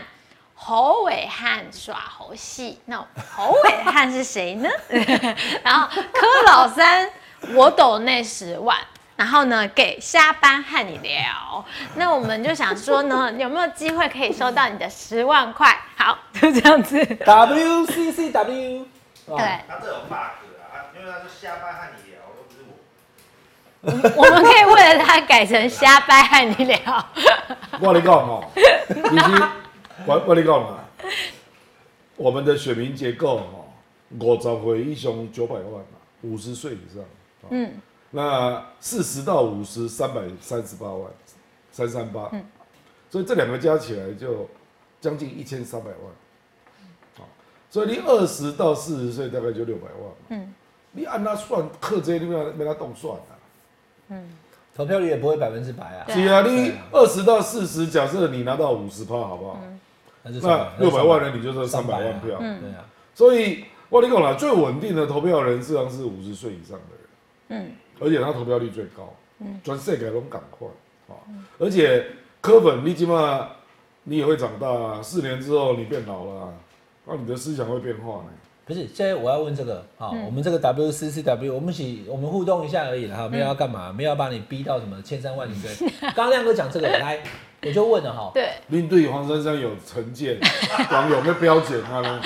侯伟汉耍猴戏，那侯伟汉是谁呢？ 然后柯老三，我抖那十万，然后呢给下班和你聊。那我们就想说呢， 有没有机会可以收到你的十万块？好， 就这样子。
WCCW。哦
对，
他这有 bug 啊，因为他是下班和你聊，又不是我。
我们可以为了他改成瞎掰和你聊。
我跟你讲哦，其实我我跟你讲啊，我们的选民结构哦，五十岁以上九百万嘛，五十岁以上，嗯，那四十到五十三百三十八万，三三八，所以这两个加起来就将近一千三百万，好，所以你二十到四十岁大概就六百万，嗯，你按他算，克这些你没没他动算啊。
投票率也不会百分之百啊，
是啊，你二十到四十，假设你拿到五十趴，好不好？
那就
那
300
六百万人，你就是
300
三百
啊
万票。
嗯
对啊，
所以我跟你讲了，最稳定的投票人实际上是五十岁以上的人，嗯，而且他投票率最高，嗯，全世界拢赶快啊！而且科粉，你起码你也会长大啊，四年之后你变老了啊，那你的思想会变化呢。
不是，现在我要问这个啊、
嗯
我们这个 WCCW，我们一起我们互动一下而已啦，哈没有
嗯
要干嘛，没有要把你逼到什么千山万里跟。刚刚亮哥讲这个，来，我就问了哈，
对，
您对黄珊珊有成见，网友会标准他呢？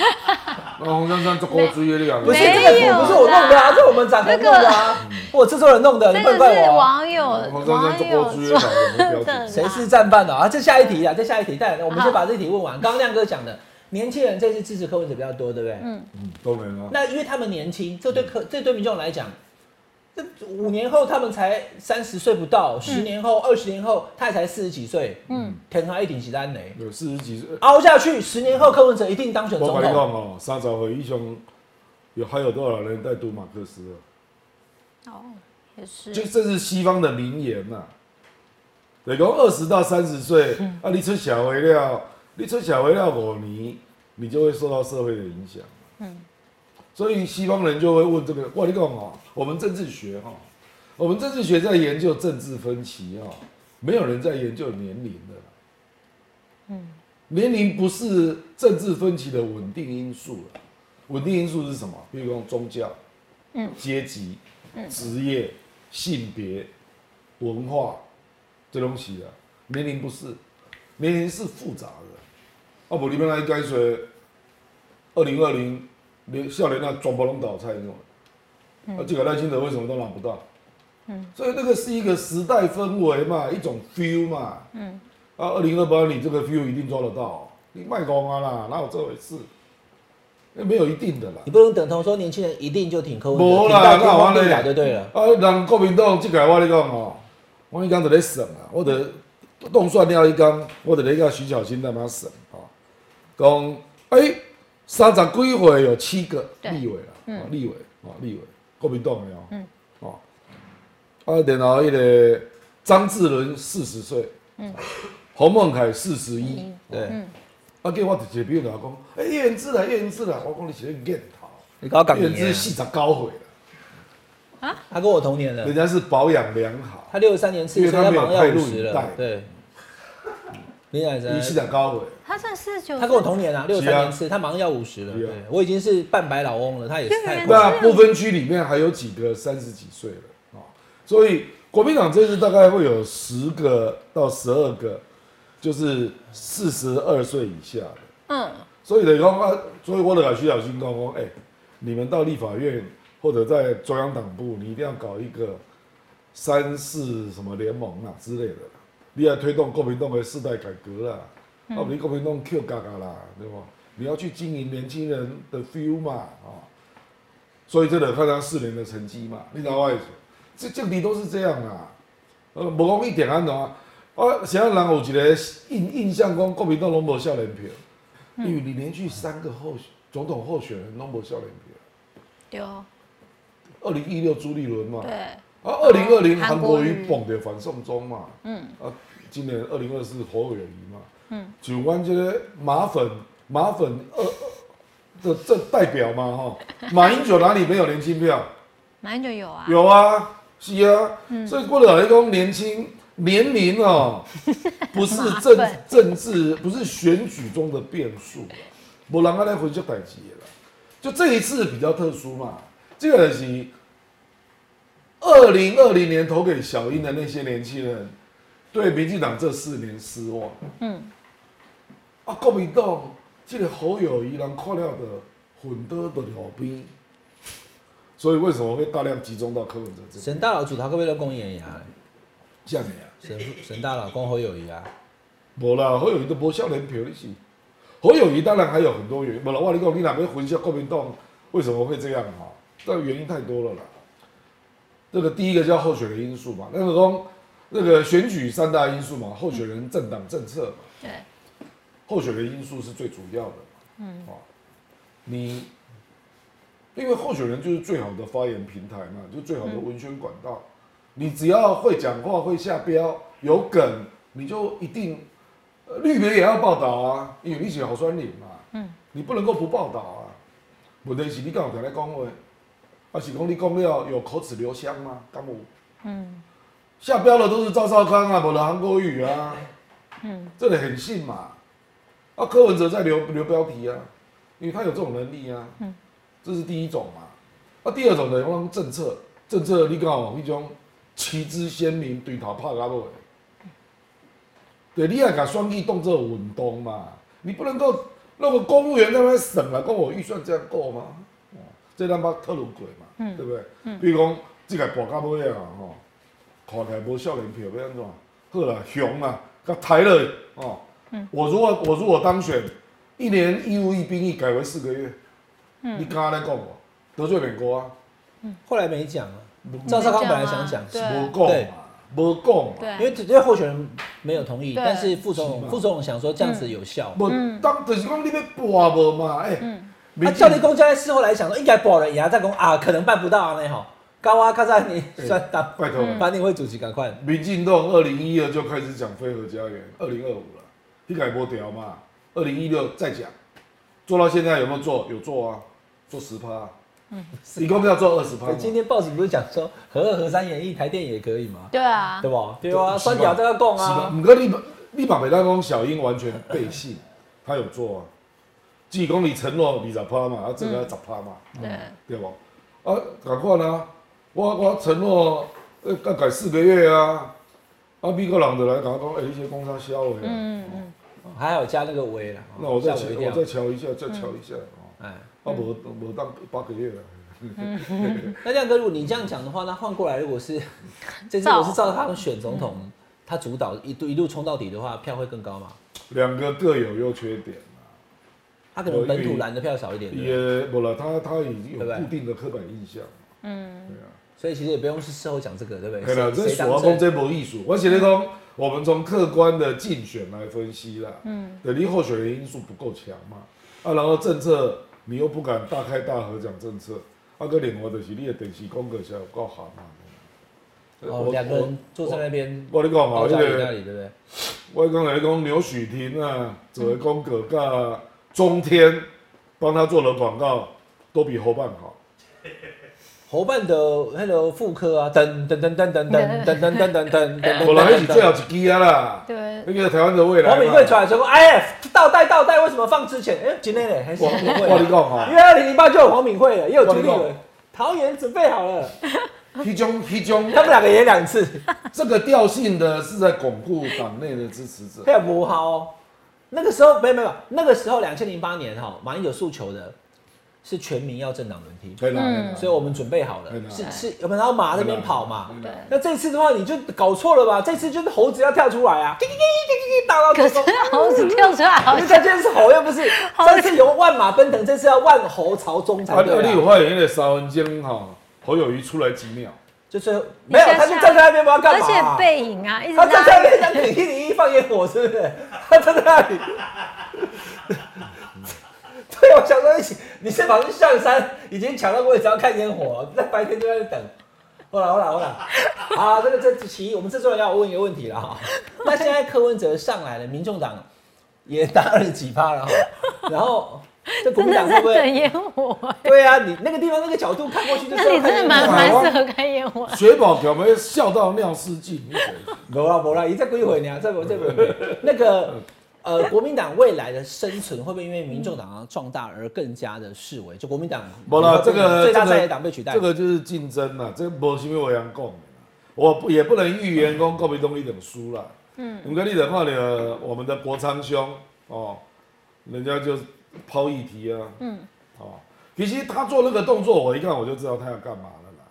那黄珊珊做高追的两
不
个
是
没
这
有
个不不是我弄的啊，
啦
这我们展开弄的啊，我制作人弄的，你
这
不能
个
怪
是
我、啊。
网友
黄珊珊
网
做
友
高追的两个标准。
谁是战犯的啊？这下一题啊，这下一题，但我们先把这题问完。刚刚亮哥讲的，年轻人这次支持柯文哲比较多，对不对？
嗯都没了。
那因为他们年轻，这
嗯
对可这对民众来讲，这五年后他们才三十岁不到，十年后、二十年后他也才四十几岁，嗯，天他一顶起单雷，
有四十几岁，
熬下去，十年后柯文哲一定当选
我
总
跟你讲
统。
哦，三十岁以上有还有多少人在读马克思啊？
哦，也是
就这是西方的名言呐、等于讲二十到三十岁，
嗯
啊，你出社会了，你出社会了五年，你就会受到社会的影响。嗯，所以西方人就会问这个，我跟你讲哦，我们政治学哈、哦，我们政治学在研究政治分歧哦，没有人在研究年龄的啦。嗯，年龄不是政治分歧的稳定因素了，稳定因素是什么？比如说宗教，嗯，阶级，职业、性别、文化这东西啊，年龄不是，年龄是复杂的。啊，不，你们来解说，二零二零连少年那全部拢倒菜种，啊，这个赖清德为什么都拿不到？嗯，所以那个是一个时代氛围嘛，一种 feel 嘛。嗯，啊，二零二八你这个 feel 一定抓得到、你卖光啊啦，哪有这回事？那没有一定的啦。
你不能等同说年轻人一定就挺柯文哲，
没
挺
啦
到天荒
那
地
我
老就对了。
啊，人国民党即个我咧讲哦，我迄工在咧算啊，我伫动算了迄工，我伫咧甲徐小新他妈算哦，讲诶三十几岁有七个
对
立委啦，哦立委哦立委，国民党的哦，哦，啊然后迄个张志伦四十岁，洪孟凯四十一，
对，
啊叫我直接边头讲，诶叶
啊
元之啦叶元之啦，我讲你是咧硬头。
你搞港
叶
年
元之四十九岁啦，
他跟我同年的
人，家是保养良好，
他六十三年次，
因
所以他
为他没有
马上要
配
五
录
十
影
了
带。
对，林乃
你
真，
是讲高伟，
他算四十九，
他跟我同年啊，六十
是
三
啊
年次，他马上要五十了。
是啊啊
对，我已经是半白老翁了，他也
啊
是太快了。
那不分区里面还有几个三十几岁了啊、哦所以国民党这次大概会有十个到十二个，就是四十二岁以下的。
嗯，
所以等于讲啊，所以我得徐小新讲讲，哎、你们到立法院或者在中央党部，你一定要搞一个三四什么联盟啊之类的啦，你要推动国民党的世代改革啦，要不然国民党 Q 嘎嘎啦，对不？你要去经营年轻人的 feel 嘛，啊、所以这得看他四年的成绩嘛，你知道我意思？这政敌都是这样啦，呃，无讲一点安怎，啊，谁让人有一个印印象讲国民党拢无少年票？因为你连续三个候选总统候选人拢无少年票，
有
二零一六朱立伦嘛，
对，
啊，二零二零
韩
韩
国
国
瑜
瑜捧的反送中嘛，嗯，啊，今年二零二四侯友谊嘛，嗯，就阮这个马粉马粉二这这代表嘛哈，马英九哪里没有年轻票？
马英九有啊，
有啊，是啊，所以郭老来公年轻年龄哦，不是政政治，不是选举中的变数啊，无人安来分析代志的啦。就这一次比较特殊嘛，这个是二零二零年投给小英的那些年轻人，对民进党这四年失望。嗯，啊，国民党这个侯友谊人看了的混得的路边。所以为什么会大量集中到柯文哲这边？
沈大佬主头各位都公演呀，
像你啊，
沈沈大佬公侯友谊啊，
无啦，侯友谊都无少年票你是。侯友谊当然还有很多原因，无啦，我跟你讲你哪边混淆国民党为什么会这样啊？这原因太多了啦。这个第一个叫候选人因素嘛，那个讲那个选举三大因素嘛，候选人、政党、政策嘛，
对，
候选人因素是最主要的嘛。嗯，哦，你因为候选人就是最好的发言平台嘛，就最好的文宣管道。你只要会讲话、会下标、有梗，你就一定呃绿媒也要报道啊，因为你是好酸脸嘛。嗯，你不能够不报道啊。问题是你敢有在来讲话，啊是讲你讲了有口齿留香吗？敢有？嗯，下标的都是赵少康啊，无了韩国瑜啊。嗯，这个很信嘛。啊，柯文哲在留留标题啊，因为他有这种能力啊。嗯，这是第一种嘛。啊，第二种的用政策，政策你讲哦，迄种旗帜鲜明对头拍到落的。对，你也把选举当做运动嘛，你不能够那个公务员在那边省了，跟我预算这样够吗？哦，这他妈特鲁鬼嘛，对不对？比如讲，这个博到尾啊，吼、看起来无少年票要安怎？好啦，熊啊，甲抬了哦。我如果我如果当选，一年义务役兵役改为四个月，你刚刚在讲我得罪美国啊，
后来没讲啊。赵少康本来想讲，
对
无讲嘛，无讲嘛。
啊对，
因为只因为候选人没有同意，
对
但是副总
是嗯
统
嘛
副总统想说这样子有效。
无当就是讲你要博无嘛，哎、
他
民进
教练公教在事后来想说应该保了，也在讲啊，可能办不到啊那吼。高啊，卡在你
对
算打
拜
嗯
托了
把你会主席赶快。
民进党二零一二就开始讲飞核家园，二零二五了，你改波条嘛，二零一六再讲，做到现在有没有做？有做啊，做十趴、嗯，一共要做二十趴嘛。
今天报纸不是讲说核二核三演绎台电也可以吗？
对啊，
对吧？对啊，酸屌这个供
是吧
啊，
不过你你把北大公小英完全背信，他有做啊，几公里承诺二十趴嘛，啊，这个十趴嘛，
对，
对不？啊，赶快啦！我我承诺呃要改四个月啊，啊，美国人就来跟我讲，哎、欸，一些工商消委啊，
还好加那个微了。
那我再
吓
瞧
一
我
跳
再瞧一下，再瞧一下哦，
哎，
啊，我我当八个月了，
那亮哥，如果你这样讲的话，那换过来如果是这次我是照他们选总统，他主导一度一路冲到底的话，票会更高嘛？
两个各有优缺点啊，
他可能本土蓝的票少一点，对不对
也不了，他他已经有
对不对
固定的刻板印象，嗯，对啊。
所以其实也不用是事后讲这个，对不对？
可能这
谁
数
当
学
政
讲这无艺术，我写的讲，我们从客观的竞选来分析啦。嗯，对，你候选人因素不够强嘛，啊，然后政策你又不敢大开大合讲政策，啊，个另外就是你的电视广告是有够好嘛。
哦，两个人坐在那边，
我我跟你讲啊
包家里
那个
那里，对不对？
我刚才讲刘许婷啊，泽公葛噶、中天帮他做的广告都比侯办好，
侯办的那个妇科啊，噔噔噔噔噔噔噔噔噔噔噔噔噔，
我来一起最好一支啊啦，
对
那个台湾的未
嗯
来
我
嘛。
们会出来说，哎，倒带倒带，为什么放之前？哎，今天嘞还是
我
黄敏
我跟你
慧，
讲 哈
因为二零零八就有黄敏慧了，也有
我
朱
跟
立
你讲
伦，桃园准备好了，
迄种迄种
他们两个演两 次，
这个调性的是在巩固党内的支持者。
配合不好哦。那个时候没有没有，没有那个时候两千零八年哈，马英九诉求的是全民要政党轮替，
对啦，
所以我们准备好了
对，的
是是，我们然后马那边跑嘛。
对啦
那这次的话，你就搞错了吧？这次就是猴子要跳出 来啊，滴滴滴滴滴打到
可
天
是
空。
猴子跳出来好
人
像
家今天是猴，又不是。上次由万马奔腾，这次要万猴朝宗才
啊，
对、
你有
啊。
发现那个沙文坚哈侯友谊出来几秒？
就是没有，他就站在那边不知道干
而
嘛、啊
且背影啊，一直
他站
拉
在那边像零一零一放烟火，是不是？他站在那里。对，我想说一起，你是跑去象山，已经抢到位置要看烟火，在白天就在那里等。好了好了好 了，好，这个这其一，我们制作人要问一个问题了哈。那现在柯文哲上来了，民众党也打二十几趴了哈，然后这国
真
民党会
的在
不会？
等烟火，
对啊，你那个地方那个角度看过去就
那
知道
你真的蛮
台湾
蛮适合看烟火。
雪宝表妹笑到尿失禁，
没啦没啦，一再归回你啊，再不再不那个呃，国民党未来的生存会不会因为民众党的壮大而更加的示威？就国民党
没啦，这个
最大
这个
在野党被取代，
这个就是竞争啦，这个没什么话通讲的啦。我不也不能预言讲国民党一等输啦。嗯，不过你等看了我们的国昌兄哦，人家就抛议题啊。嗯，哦，其实他做那个动作，我一看我就知道他要干嘛了啦，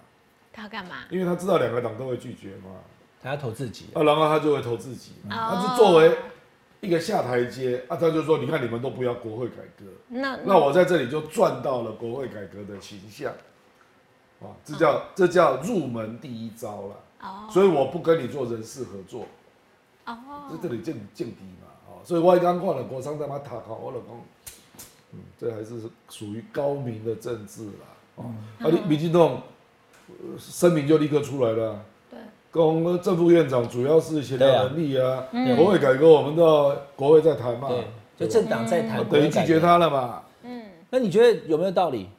他要干嘛？
因为他知道两个党都会拒绝嘛。
他要投自己。
啊，然后他就会投自己，他
哦
是作为一个下台阶啊，他就说，你看你们都不要国会改革，
那
那我在这里就赚到了国会改革的形象，啊，这叫这叫入门第一招
哦
了，所以我不跟你做人事合作，
哦
在这里见见底嘛，哦，所以我刚看了国商在那塔考，我老公，嗯，这还是属于高明的政治啦，哦，啊，
嗯
你民进党呃声明就立刻出来了啊。
对，
公正副院长主要是协调能力啊，
啊
国会改革我们到国会再谈嘛，
对，就政党在谈，
等于拒绝。他了嘛，
那你觉得有没有道理？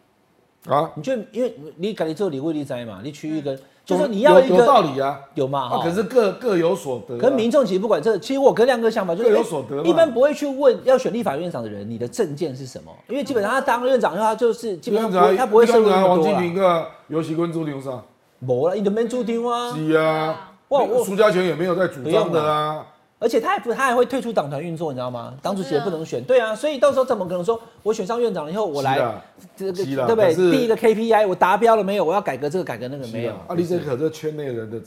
啊，
你觉得因为你改你做理会力在嘛，你区域跟就说
是
你要一
有有道
个
理啊，
有嘛
啊
哈？
可是各各有所得啊，
可是民众其实不管这个，其实我跟亮哥想法就是
各有所得嘛
一般不会去问要选立法院长的人你的政见是什么，因为基本上他当院长的话，他就是基本上不会他不会收入那
啊，
么
王
多
金
啦。
平啊，尤其跟朱牛上，
没了，你的没注定啊，
啊是啊，
哇我
苏家全也没有在主张的啊，
而且他还不他还会退出党团运作，你知道吗？党主席也不能选，对啊，所以到时候怎么可能说我选上院长以后我
是
来
啊
这个
是啦
对不对？
可是
第一个 KPI 我达标了没有？我要改革这个改革那个
是啊
没有，
啊，你这可是圈内人的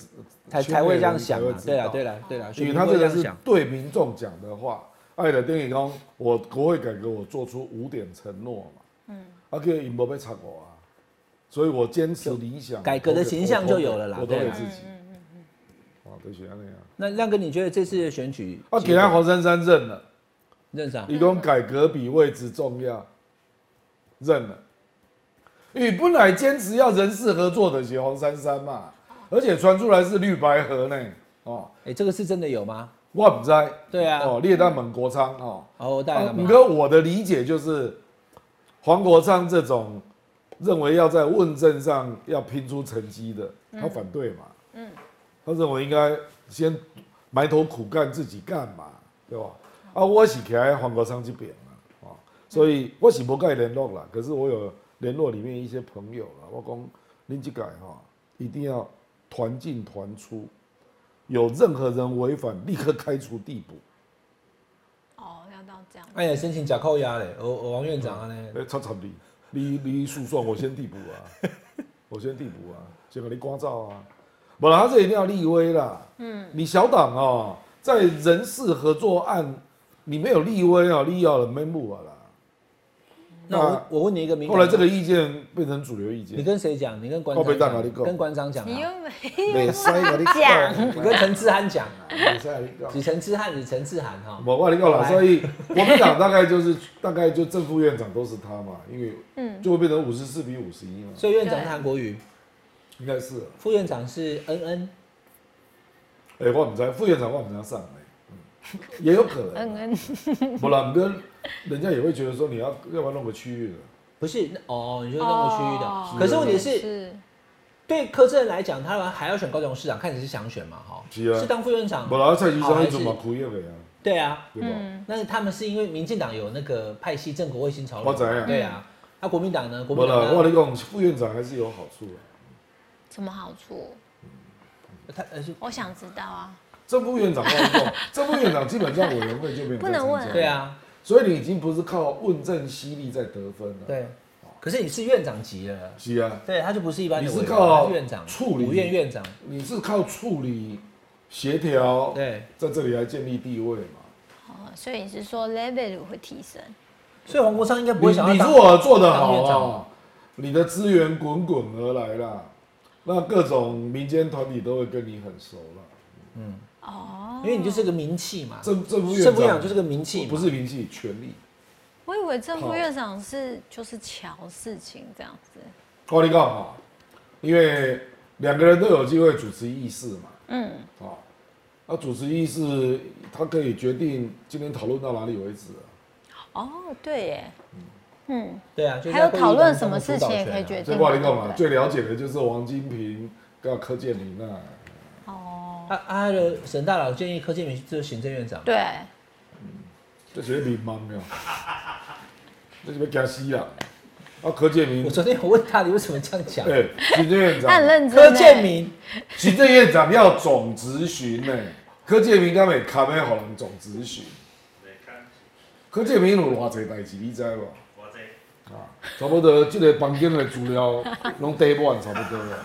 才才会这样想啊，对
啊
啊对啊对啊，
因
选
为
民
他
会
这
这
个
样
是
想，
对民众讲的话，哎爱的丁义刚，我国会改革我做出五点承诺嘛，嗯，啊，这个赢不被插我啊，所以我坚持理想，
改革的形象就有了啦
我都给
对
我
啊
都给自己，啊，对，选那样，
那亮哥，你觉得这次的选举
啊，给他黄珊珊认了，
认识啊？
义工改革比位置重要，认了，因为本来坚持要人事合作的是黄珊珊嘛，而且传出来是绿白合呢，哦，
哎，这个是真的有吗？
我不知道，
对啊
哦，列到本国昌哦。
哦，当然了
五
嘛。
哥，我的理解就是，黄国昌这种认为要在问政上要拼出成绩的，他反对嘛，嗯，他认为应该先埋头苦干自己干嘛，对吧？啊，我是徛在黄国昌这边嘛，啊，所以我是不跟他联络啦，可是我有联络里面一些朋友啦，我讲您这改哈，一定要团进团出，有任何人违反，立刻开除地补。
哦，要到这样。
哎呀，申请假扣押嘞，我我王院长呢？
哎、吵吵你，你你诉讼，我先递补啊， 我先递补啊，先给你光照啊。不然他这一定要立威啦。嗯，你小党哦，在人事合作案，你没有立威哦，立要了没木啊啦。
那我我问你一个敏感的
后
问题，
来这个意见变成主流意
你
见，
跟谁讲？你跟馆
我
长
被当
讲
哪里讲
跟馆长讲啊，
你又没
没塞给你
讲
你跟陈志涵讲啊，
没塞给你讲
你陈志涵，你陈志涵哈。
我我跟你讲啦，所以国民党大概就是大概就正副院长都是他嘛，因为就会变成五十四比五十一嘛，
所以院长是韩国瑜，
应该是啊。
副院长是恩恩，
哎、我唔知副院长我唔知道上没、嗯，也有可能。
嗯 嗯，
不啦，不跟人家也会觉得说你要要不要弄个区域的，啊
不是那哦，你就弄个区域的。
哦
可是问题是，
是
对柯震来讲，他还要选高雄市长，看你是想选嘛，哈，
是啊
当副院长，
本来蔡其
好
昌
还
一
是
直嘛苦业的啊，
对啊，
对吧？
嗯
那他们是因为民进党有那个派系正国卫星潮流，
我知啊
对啊，那、国民党呢？国
不
民
啦，我
党
跟
呢
你讲，副院长还是有好处啊的、
什么好处？
他呃是
我想知道啊。
正副院长跟我 讲，正副院长基本上委员会就没有
不能问
在参加
对，啊，
所以你已经不是靠问政犀利在得分了，，
对，哦可是你是院长级了，
是啊，
对，他就不是一般的
你是
委员
靠
他是院长，
处理
五院院长，
你是靠处理、协调，
对，
在这里来建立地位嘛。
哦，所以你是说 level 会提升？
所以黄国昌应该不
你
会想要
你
当
如果做得好
当院
啊
长，
你的资源滚滚而来啦，那各种民间团体都会跟你很熟了。
哦，
因为你就是个名气嘛，
政政府
政府院长就是个名气嘛，
哦不是名气，权力。
我以为正副院长是就是瞧事情这样子。
我跟你讲哈，因为两个人都有机会主持议事嘛，
嗯，
啊，那主持议事，他可以决定今天讨论到哪里为止、啊。
哦，对耶，嗯，
对啊，就是
还有
在会议
讨论
当
什
中
么
的
事
主导
情也
权
可以
啊
所
决定
以
嘛。
我跟你讲嘛，
对不对
最了解的就是王金平跟柯建明啊，
哦，
啊啊！的沈大佬建议柯建明做行政院长，
对，
这绝对迷茫了，这是要惊死啊！啊，柯建明
我，昨天有问他，你为什么这样讲？
哎、行政院
他很
长，
认真。
柯建，明，
行政院长要总执行呢、柯建明敢会卡要互人总执行？
对，看
柯建明有偌济代志，你知无？
我这
差不多，即、个房间的资料拢堆满差不多了。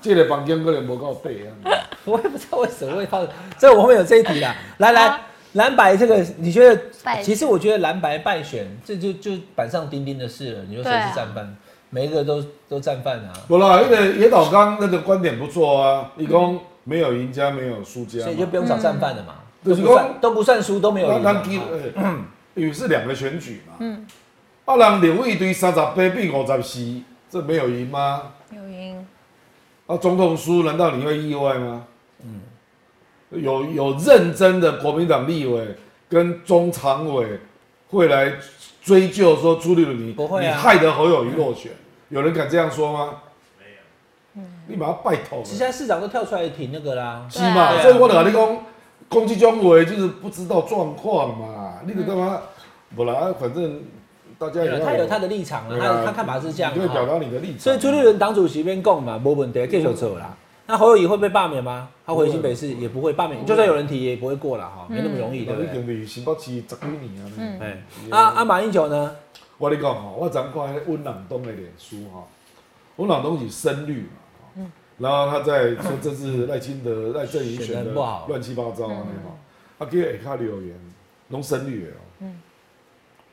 即、个房间可能无够备啊。
我也不知道为什么会放， 这我们有这一题啦。来来，蓝白这个，你觉得？
败
其实我觉得蓝白败选，这就就板上钉钉的事了。你说谁
对啊
是战犯？每一个都都战犯啊，
无啦，迄、个野岛刚那个观点不错啊，伊讲没有赢家，没有输家
所以就
嘛。
不用找战犯了嘛。
啊嗯
都不算都不算输，都没有赢啊
咱
嘛
咱。哎因为是两个选举嘛。嗯。啊，人两位对三十八比五十四，这没有赢吗？
有 赢，
啊，总统输，难道你会意外吗？嗯。有有认真的国民党立委跟中常委会来追究说朱立伦你
不会啊
你害得侯友谊落选，有人敢这样说吗？
嗯
没有。你把他拜托了。
其实现在市长都跳出来挺那个啦。
是
对
嘛？
啊
所以我就跟你讲，攻击中委就是不知道状况嘛，你就干嘛？不啦，反正大家也要
他有他的立场了，
啊对
他
啊
有他看法是这样
你就
嘛
表。达你的立场。啊
所以朱立伦党主席边供嘛，没问题，继续走啦。那侯友谊会被罢免吗？他回新北
嗯
市也不会罢免，就算有人提也不会过了哈，没那么容易，对不
你
对？
经是新北市十几年啊。嗯。
哎，啊啊，马英九呢？
我跟你讲吼，我昨天看那个温朗东的脸书哈，温朗东是深绿嘛，吼然后他在说这是赖清德、赖正英
选
选
得
的
不好
乱七八糟啊，那嘛，他给下留言，拢深绿的哦，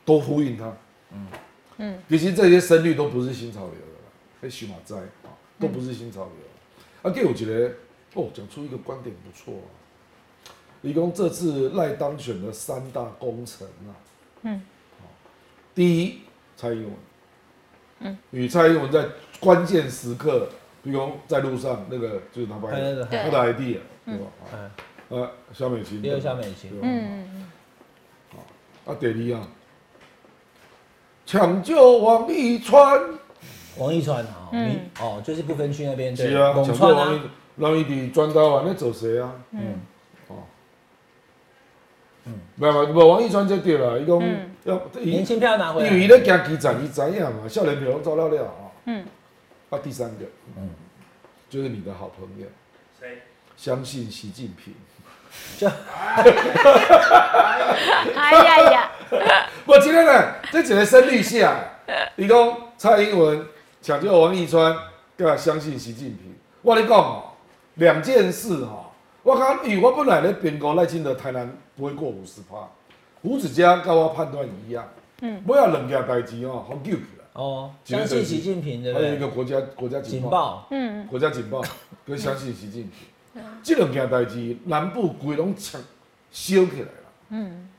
都呼应他，嗯嗯，其实这些深绿都不是新潮流的啦，那许马斋啊，都不是新潮流，啊，给我觉得哦，讲出一个观点不错啊，李工这次赖当选的三大工程啊，第一，蔡英文，嗯，与蔡英文在关键时刻，比如在路上那个就是他拍
拍那个
的他的 ID 啊，对吧？啊呃，肖美琴，
嗯也有肖美琴
对吧，啊，第二啊，抢救王一川，
王一川啊，你哦，就是不分区那边
是
对
啊，，
龚
抢救
川
王一
啊，，
让伊伫转到啊，那走谁啊？
嗯，
哦，嗯，没有没有，王一川就对了，伊讲要
年轻啊票拿回
因为伊
来，
咧行基层，伊知影嘛，少年朋友走了了啊。嗯。啊，第三个，嗯，就是你的好朋友，
谁？
相信习近平。
哎呀 呀，
我今天呢，这几个深绿线啊，你讲蔡英文抢救王一川，跟相信习近平。我跟你讲哦，两件事哈、哦，我讲，因为我本来咧评估赖清德台南不会过五十趴，胡子嘉跟我判断一样。嗯。不要两件代志哦，好救起来。
哦，相信习近平对不
还有一个
对？
国家国家警
警
报。
报，
国家警报跟相信习近平，这两件代志，南部规拢抢烧起来了。嗯，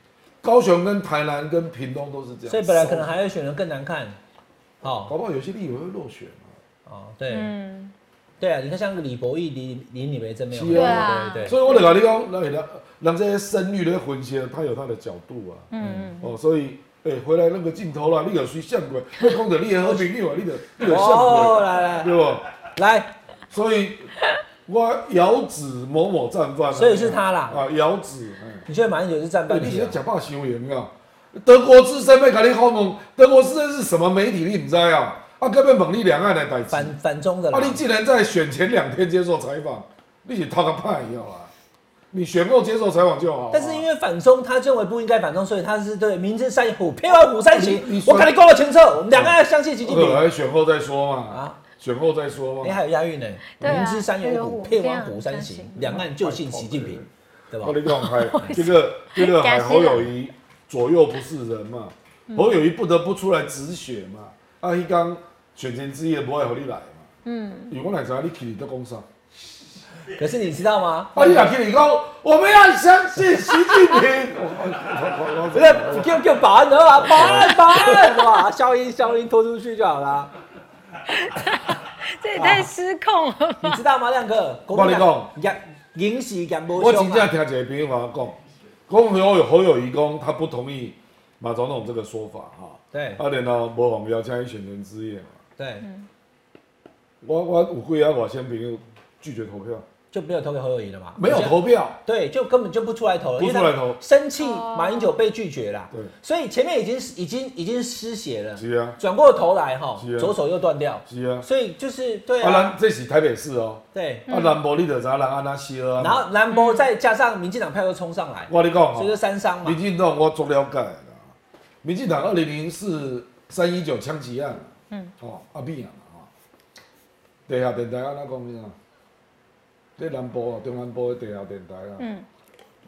高雄跟台南跟屏东都是这样，
所以本来可能
烧
还会选的更难看，
搞
哦
不好有些立委会落选啊
哦，对
嗯，
对啊，你看像个李博义、李李李梅珍没有，
是
啊
对对
所以我就跟你讲，人人人这些深绿的混血，他有他的角度啊。嗯哦，所以哎、回来那个镜头啦，你有谁像鬼？会讲的你的好朋友啊，你的你
对，
有像
哦，
鬼，
来来
对不？
来，
所以我遥指某某战犯啊，
所以是他啦
啊，遥指，哎
你觉得马英九是战败
你
体
是
啊？
假霸行为啊！德国之声被给你好猛，德国之声是什么媒体？你唔知道啊？啊，根本猛力两岸来代志。
反反中的啦
啊，，你竟然在选前两天接受采访，你是掏个派要啊！你选后接受采访就好啊。
但是因为反中，他认为不应该反中，所以他是对明知山有虎，偏往虎山行
哦你你。说
我跟你讲个清楚，我们两个要相信习近
呃，
平。
还选后再说嘛。
啊
选后再说
哎、
嘛。
还有押韵呢、
对啊
明知山有虎，偏往虎山行
偏往虎山行，
两岸就信习近平，对吧
我？你讲还这个这个还侯友谊左右不是人嘛？侯友谊不得不出来止血嘛？啊，一刚选前之夜不会和你来嘛？嗯，如果来查你去你都工伤。
可是你知道吗？
啊，你若去你讲，我们要相信习近平。我我我我
不是，叫叫保安的吧？保 安，保安，是吧？消音，消音，拖出去就好了。
这也太失控了吧。
你知道吗，亮哥？
我跟你讲
讲，影视讲不
我真正听一个朋友跟我讲，讲侯友侯友谊讲他不同意马总统这个说法哈。
对
啊，然后无王邀请去选人之夜嘛，
对，
我我有几啊个外省朋友拒绝投票，
就没有投给侯友谊了嘛？
没有投票，
对，就根本就不出来投了，
不出来
因为他
投
生气马英九被拒绝啦。
对
所以前面已经已经已经失血了。
是啊
转过头来哈
是，啊
左手又断掉。
是啊。
所以就是对
啊，
啊，
咱这是台北市哦，
对。
啊，南部你就知道人安那烧啊。
然后兰博再加上民进党票又冲上来，
我跟你讲
所以就
哦，
三伤嘛
民。进党我足了解啦。民进党二零零四三一九枪击案，嗯，哦，阿扁啊，哦，地下电台安那讲啥？在南部啊，中南部的地下电台啊，
嗯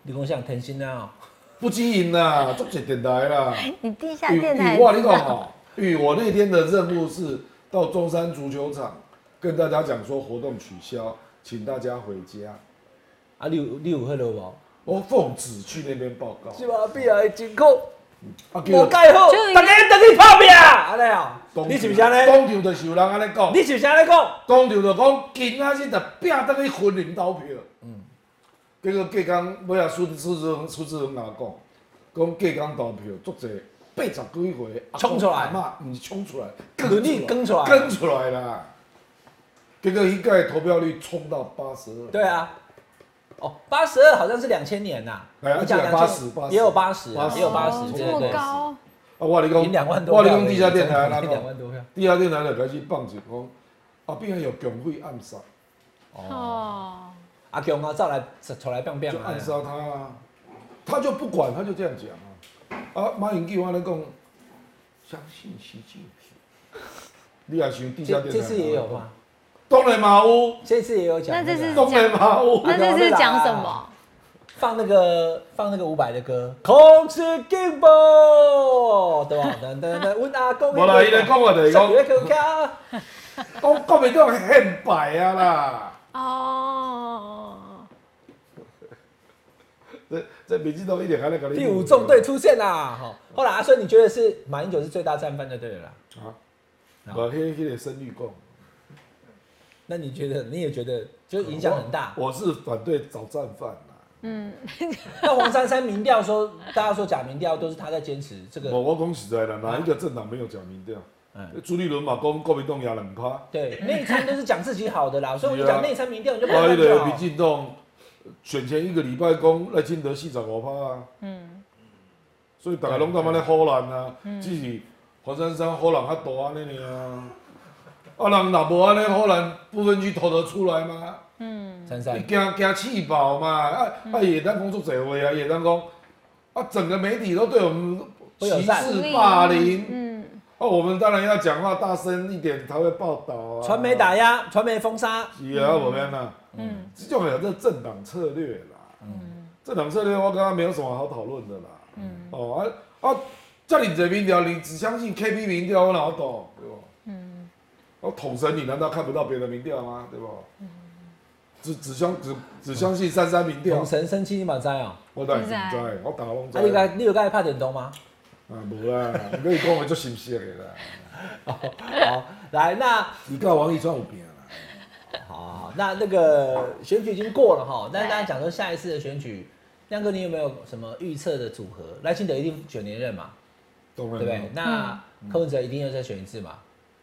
你讲像甜心啊，
不止因啦，足侪电台 啦。
你地下
与
电台
与我跟你讲哦，与我那天的任务是到中山足球场跟大家讲说活动取消，请大家回家。
啊，你有你有迄落无？
我奉旨去那边报告，
是吧？必然情况
啊，
无解好
就，应
大家等你拍拼，安尼哦。
当
你是不是安尼？
当场就是有人安尼讲，
你是不是安尼讲？
当场就讲今仔日就拼得去婚林投票。嗯，结果隔天尾啊，苏苏志荣苏志荣甲我讲，讲隔天投票足侪八十几岁的阿公
冲出来
阿嬷毋是冲出来，
努力
更
更出来
更出来啦。结果一届投票率冲到八十二，
对啊，哦，八十二好像是两千年呐、
哎呀
你讲
对
2000
80 80
也有啊八十，啊
80
也有八十，
哦
对
这么
对对，
高，
啊，我跟你讲，
赢两万多
我跟
票
你
而已，
讲地下电台安
赢两
怎讲
万？多票，
地下电台就开始放一讲，啊，边有共匪暗杀，
哦，
阿强啊，照来出来变变
就暗
啊，
杀他啊，他就不管，他就这样讲啊。啊，马英九安尼讲，相信习近平，你也想地下
这
电台？
这次也有吗？？
当然嘛有，
这次也有讲
那
个啊，
这是
当然嘛有。
那这是讲什么？
放那个放那个伍佰的歌，空是 gimbal，对吧？等等等，问阿公，
无啦，伊来讲话就是 讲
上，月去卡，
讲讲袂到显摆啊啦。
哦，
这这民进党一点还在搞 你。
第五纵队出现啊啦，哈，后来阿顺，你觉得是马英九是最大战犯就对了啦，
啊，我迄迄个声律共。
那你觉得你也觉得就影响很大？
我是反对找战犯啦。
那黄珊珊民调说，大家说假民调都是他在坚持这
我
个，
我讲实在的，哪一个政党没有讲民调？
嗯
朱立伦嘛讲国民党也两趴，啊，
对内参都是讲自己好的 啦，所以我就
对啊
讲内参民调你就不要
那
乱
个民
讲。
进党选前一个礼拜讲赖清德四十五趴啊，嗯，所以大家拢感觉咧好难啊，
嗯
只是黄珊珊好难较大安尼尔啊，啊人若无安尼好难不分区投得出来吗？
珊
你
珊，
惊惊气爆嘛？啊
嗯
啊！也当工作者会啊，也当讲啊，整个媒体都对我们
不友
歧
善
视霸凌。嗯，哦，我们当然要讲话大声一点，才会报道啊。
传媒打压，传媒封杀，
是啊，我们呐，嗯，这种有这政党策略啦，嗯，政党策略我刚刚没有什么好讨论的啦，嗯，哦啊啊，叫你这民调，你只相信 KP 民调，我哪懂，对吧？嗯，我统神你难道看不到别的民调吗？对吧？只只相只只相信三三民调
统，神生气你马灾哦。
我当然不知道，我打龙
啊，
在，
你该你有该怕点东吗？
啊，无啦，你跟伊讲话足心虚的啦，
好， 来，那
你跟王一川有病啊啦，
好，那那个选举已经过了哈，那大家讲说下一次的选举，亮哥你有没有什么预测的组合？赖清德一定选连任嘛，
懂
对
了
不对
嗯
嗯
没？
嗯
那柯文哲一定要再选一次嘛，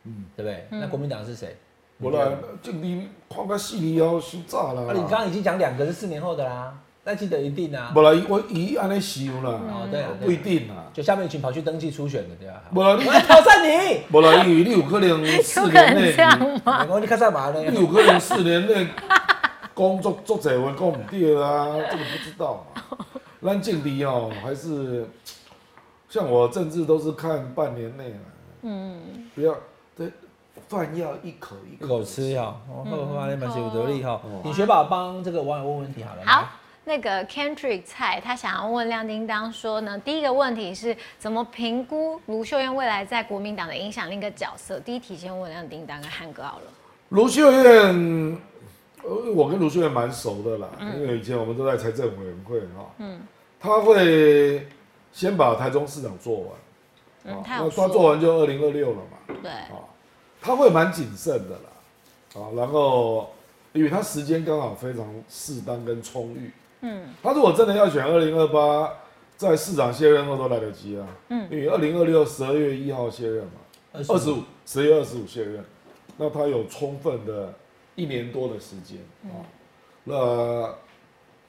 嗯，对不对？那国民党是谁？
无啦，政治看甲四年后伤早啦
啊，你。刚刚已经讲两个是四年后的啦，那记得一定啊。
无啦，伊我伊安尼想啦，
哦，对啊，
不一
对啊，
定啦。
就下面一群跑去登记初选的对吧？
无啦，
我 要挑战 你，
你无啦，因为你有可 能四年内，
啊
我说你看干嘛
你
呢？
有可能四年内工作做侪话讲毋对啊，这个不知道 嘛。咱政治哦，还是像我政治都是看半年内啦。嗯，不要对饭要一口一
一
口
口吃哈，哦，
嗯
喝喝那蛮有得力哈。你学宝帮这个网友问问题好了。
好，那个 Kendrick 蔡他想要问亮叮当说呢，第一个问题是怎么评估卢秀燕未来在国民党的影响力跟角色？第一题先问亮叮当跟汉哥好了。
卢秀燕，呃，我跟卢秀燕蛮熟的啦，因为以前我们都在财政委员会哈、嗯，他会先把台中市长做完，
嗯，
哦
他
那
有
他
说
做完就二零二六了嘛，
对，
啊，他会蛮谨慎的啦，啊，然后因为他时间刚好非常适当跟充裕，嗯，他如果真的要选二零二八，在市长卸任后都来得及啊，嗯，因为二零二六十二月一号卸任嘛，二十五，十月二十五卸任，那他有充分的一年多的时间啊、那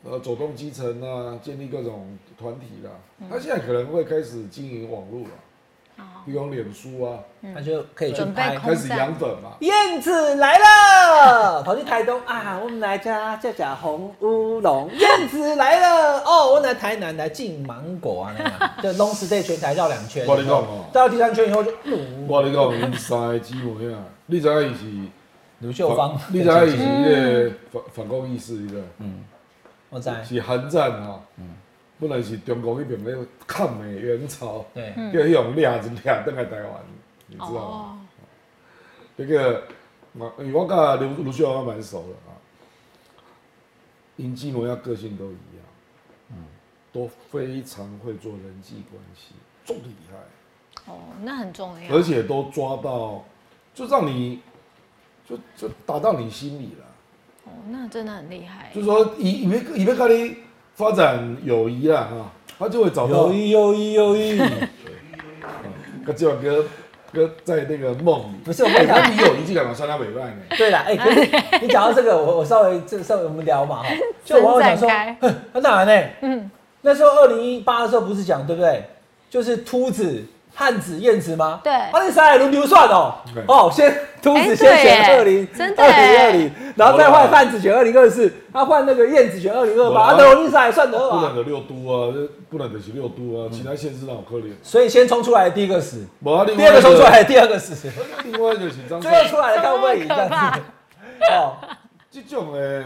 呃走动基层啊，建立各种团体啦、他现在可能会开始经营网络了、比方脸书啊，
他就可以去
嗯准备
拍
空。
开始养粉嘛。
燕子来了， 跑去台东啊！我们来家叫叫红乌龙。燕子来了，哦，我们来台南来进芒果啊，那 样就 long stay 全台绕两圈。
我跟你讲哦
到第三圈以后就嗯
我跟你讲，伊三个姊妹啊，你知影伊是
卢秀芳，
你知影伊是迄个反反共意识迄个，
我在，
是韩战啊，
嗯
本来是中国迄边咧抗美援朝，
对，
叫迄种掠一掠倒来台湾，你知道
哦
吗？这个，我因为我甲卢卢秀芳蛮熟的啊，因姊妹啊个性都一样，
嗯
都非常会做人际关系，重厉害。
哦，那很重要
而。且都抓到，就让你就就打到你心里了。
哦，那真的很厉害
就。说以以为以为跟你发展友谊啦哈，他就会找到
友谊友谊友谊，
跟这首歌歌在那个梦里。
不是我跟你
那
讲，
你友谊就敢算他北半 呢？
对了，哎、 可是你讲到这个，我我稍微这稍微我们聊嘛哈，就我想说，
伸展
哼那当然呢、嗯，那时候二零一八的时候不是讲对不对？就是秃子、汉子、燕子吗？
对
啊，那三海轮流算哦
对，
哦，先秃
哎
子先选
对耶
二零
真的
二零二
耶
零，然后再换汉子选二零二四，他换那个燕子选二零二八，啊，等我那三海算得
不
啊
能，的六都啊，不能的是六都
嗯
啊，其他县市哪有可怜？
所以先冲出来的第一个死，
无啊，另
第二
外
个
一
冲出来，的第二个 死，
另外一个是张
最后
善，
出来的看会不会赢这样子？哦，
这种诶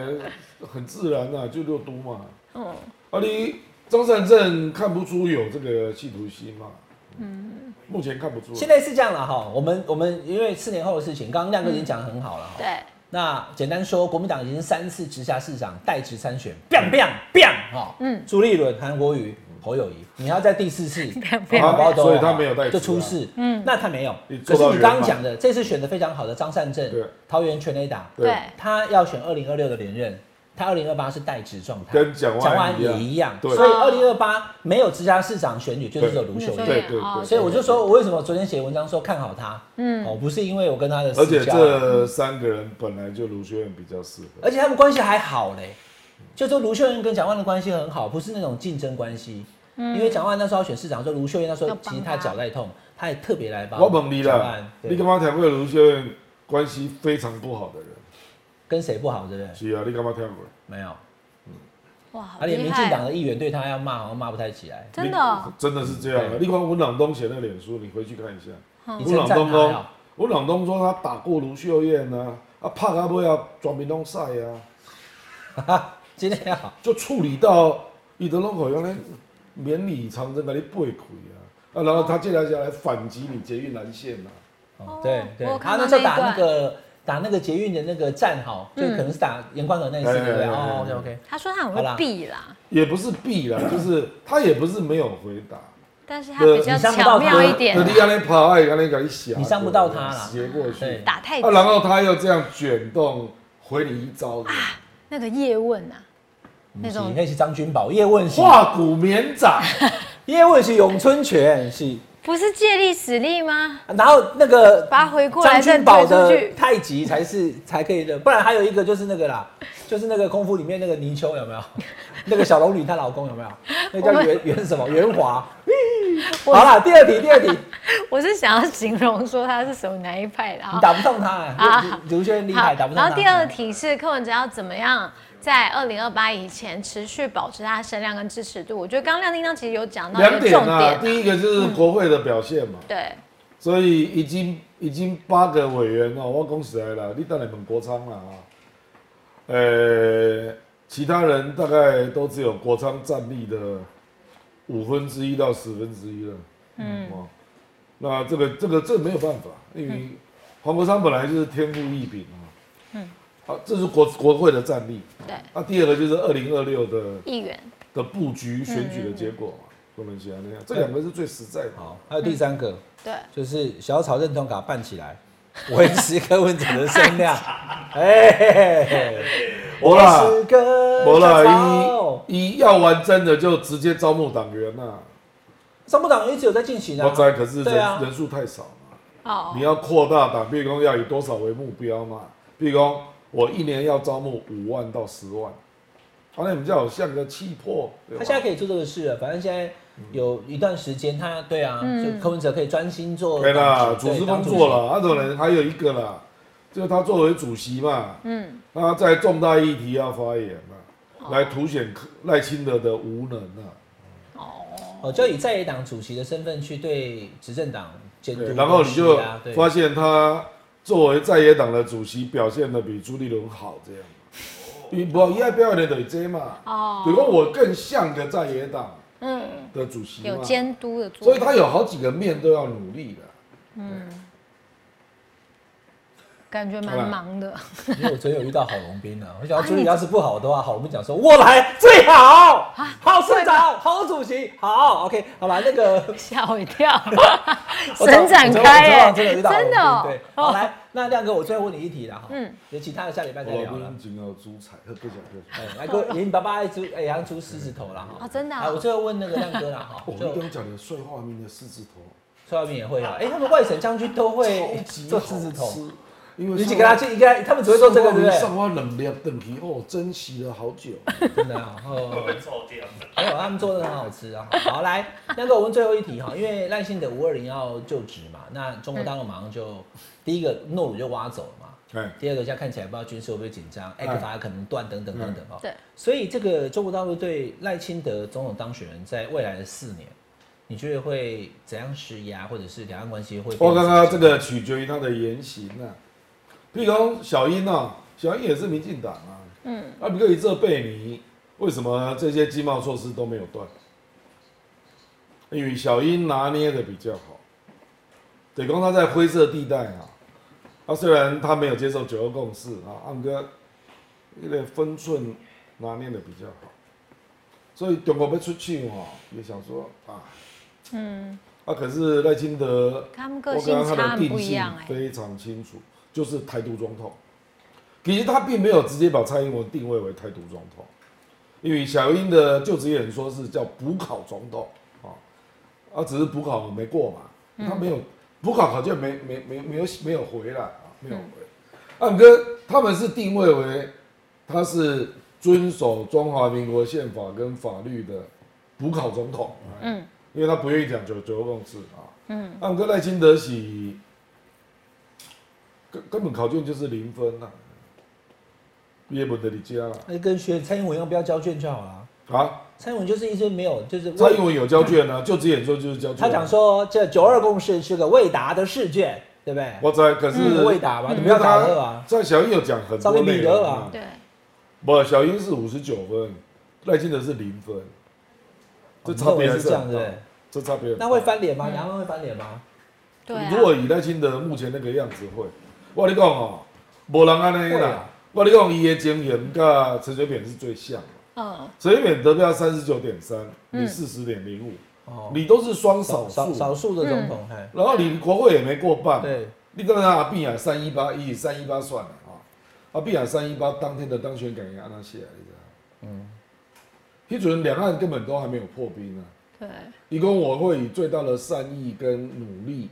很自然呐、就六都嘛。
嗯，
啊，你张善政看不出有这个企图心嘛？嗯，目前看不出来。
现在是这样了哈，我们我们因为四年后的事情，刚刚亮哥已经讲的很好了哈。
对，
那简单说，国民党已经三次直辖市长代职参选，biang biang biang 哈，嗯，朱立伦、韩国瑜、侯友谊，你要在第四 次
biang
宝宝都
所以他没有代职啊
就出事，嗯，那他没有
你，做
可
到
是你刚
圆
刚
满
讲的，这次选的非常好的张善政
对，
桃园全垒打，
对
对，
他要选二零二六的连任，他二零二八是代职状态，
跟蒋万安一样
也一样，
对
所以二零二八没有直辖市长选举，就是只有卢秀
对
燕。
对对
哦
对，
所以我就说，我为什么昨天写文章说看好他？嗯，哦，不是因为我跟他的
而
私
且
交
这三个人本来就卢学院比较适合
而，且他们关系还好嘞，就说卢秀燕跟蒋万的关系很好，不是那种竞争关系。因为蒋万那时候要选市长，说卢秀燕那时候
嗯要帮
其实她
他
脚在痛，她也特别来帮
我问你
蒋
啦
万，对
你干嘛谈过卢学院关系非常不好的人？
跟谁不好，对不对？
是啊，你干嘛谈过？
没有，
哇，好
而且
厉
民进
害
党
哦！
啊的议员对他要骂，好像骂不太起来。
真的哦，
真的是这样啊！
对嗯
你看文朗东写那脸书，你回去看一下。
你
文
称
朗
赞
东
他
说
哦，，
文朗东说他打过卢秀燕啊，啊怕他不要转民东赛啊，
今天哦好，
就处理到伊的拢口原来绵里长征给你背开啊，啊然后他接下来反击你捷运蓝线啊。
哦对对
我有，看
他
到
那时候
那
打
一
那
段
个打那个捷运的那个站好，就可能是打严宽和那一次，
哎
对不对？
哎哎哎
哦，OK OK，
他说他很
好啦
会避啦，
也不是避啦，就是他也不是没有回答。
但是他比较
你上不到
巧妙
他
一点
那。你安尼跑，安尼给你想，
你伤不到他啦
斜过去
对，
打太极
啊，然后他又这样卷动，回你一招子，
那个叶问啊，那
是
种
那是张君宝，叶问是
化骨绵掌，
叶问是咏春拳是
不是借力使力吗？
然后那个
把它回过来
张
再
君宝
推出
的
去。
太极才是才可以的，不然还有一个就是那个啦，就是那个功夫里面那个泥鳅有没有？ 那个小龙女她老公有没有？那个叫袁袁什么袁华？好啦，第二题，第二 题，你
我是想要形容说他是什么哪一派的啊？
打不中他、
啊
啊，卢轩厉
好，
害，打不嗯中他。
然后第二题是柯文哲要怎么样在二零二八以前持续保持他的声量跟支持度？我觉得刚刚亮叮当其实有讲到一
两
个
点
重
啊，
点，
第一个就是国会的表现嘛，
对，
所以已经已经八个委员哦，我恭喜来了，你带来本国昌了啊，呃，其他人大概都只有国昌占例的五分之一到十分之一了，嗯，哦，那这个这个这没有办法，因为黄国昌本来就是天赋异禀啊，嗯，啊，这是国国会的战力，
对，
那、第二个就是二零二六的
议员
的布局选举的结果嘛，东能西安那样，这两个是最实在的。
好，还有第三个、
对。
就是小草认同卡办起来，维持柯文哲的声量。 哎、嘿嘿嘿
没啦
维持柯
不
小
啦
草，，
一一要玩真的就直接招募党员呐、
上部党一直有在进行啊。
我在可是
对
人、
啊
人数太少嘛，
哦
你，要扩大党，譬如说要以多少为目标嘛？譬如说我一年要招募五万到十万，好、那你们叫有像个气魄，对吧
他现在可以做这个事了，反正现在有一段时间，他对啊，就柯文哲可以专心做
对啦，
党
组
对
织
当
工作
主
啦，阿种人还有一个啦，就是他作为主席嘛，嗯，他在重大议题要发言
哦
嘛，来凸显柯赖清德的无能啊，
席。哦，就以在野党主席的身份去对执政党监督
对，
跟施压、
然后你就
啊对
发现他作为在野党的主席表现的比朱立伦好，这样，
哦
你不一爱表演的等于这嘛，
哦
比如说我更像个在野党
嗯，
的主席
有
嘛，
监督的作
所以
用。
他有好几个面都要努力的。
感觉蛮忙的，
因为我昨天有遇到郝龙斌啊，我想要朱立要是不好的话，郝龙斌讲说我来最好，郝市长、郝主席好，OK，好吧，那个
吓我一跳，
我早
神展开
我
哎，
昨天晚上真的遇到郝龙
真
斌
的哦
对，好来，那亮哥，我最后问你一题了哈，嗯
嗯，
有其他的下礼拜再
我
聊
老
了
公。仅有猪彩，不讲不讲，
哎，来哥，连你爸爸爱出，哎，要出狮子头了哈。
哦真的啊
哎我最后问那个亮哥了 哈，
我
就
一定要讲你的碎化名的四字头，
崔耀明也会啊。哎，他们外省将军都会
超级
做
好
狮子头，
吃，因为
你只跟他去，一个他们只会做这个，对不
上
对？
花冷凉等皮哦，珍惜了好久。
真的啊，哦，
臭掉。
还有他们做的很好吃啊。好，来，亮哥，我问最后一题哈，因为赖幸德五二零要就职嘛，那中国大陆马上就第一个诺鲁就挖走了嘛。
哎，
第二个，现在看起来不知道军事会不会紧张，艾克法可能断等等等等哦。
对，
所以这个中国大陆对赖清德总统当选人在未来的四年，你觉得会怎样施压，或者是两岸关系会？
我刚刚这个，取决于他的言行啊。譬如说小英啊，小英也是民进党啊，嗯，啊，不过以这贝尼，为什么这些经贸措施都没有断？因为小英拿捏的比较好，等于说他在灰色地带啊。他、虽然他没有接受九二共识啊，按哥那个分寸拿捏的比较好，所以中国要出去哦，也想说啊，嗯，啊，可是赖清德
他们个
我
性
跟他
差
的
很
定
不一
性
样哎，
非常清楚，就是台独总统。其实他并没有直接把蔡英文定位为台独总统，因为小英的就职演说是叫补考总统啊，啊，只是补考没过
嗯
嘛，他没有补考考卷没没没没有没有回来啊，没有回。按哥他们是定位为他是遵守中华民国宪法跟法律的补考总统，嗯，因为他不愿意讲九九二共识啊，嗯，按哥赖清德喜根根本考卷就是零分呐、啊，毕业本的你家了
那跟学蔡英文一样，不要交卷就好了。
啊，
蔡英文就是一直没有，就是
蔡英文有交卷啊，就职演说就是交卷、
他讲，说这九二共识是个未答的试卷，对不对？
我在可是、
嗯未答吧你不要打二啊
在小英有讲很
照
多
片比
内容
得
啊
啊，
对，
不，小英是五十九分，赖清德是零
哦
分，这差别还
是这样
很
对
大
不对。
这差别很大
那会翻脸
嗯
吗？两岸会翻脸吗？
对啊
如果以赖清德目前那个样子会，我跟你讲哦、无人安尼
会
啦
啊。
我跟你讲，伊的经验甲陈水扁是最像的。
嗯，
陈水扁得票三十九点三，你四十点零五，
哦，
你都是双少
少
数，
少数的总统，哎，
然后你国会也没过半，
对，
你跟他阿碧啊三一八一三一八算了啊，阿碧啊三一八当天的当选感也安那些，你知道？嗯，批准两岸根本都还没有破冰呢、啊，
对对，
一共我会以最大的善意跟努力，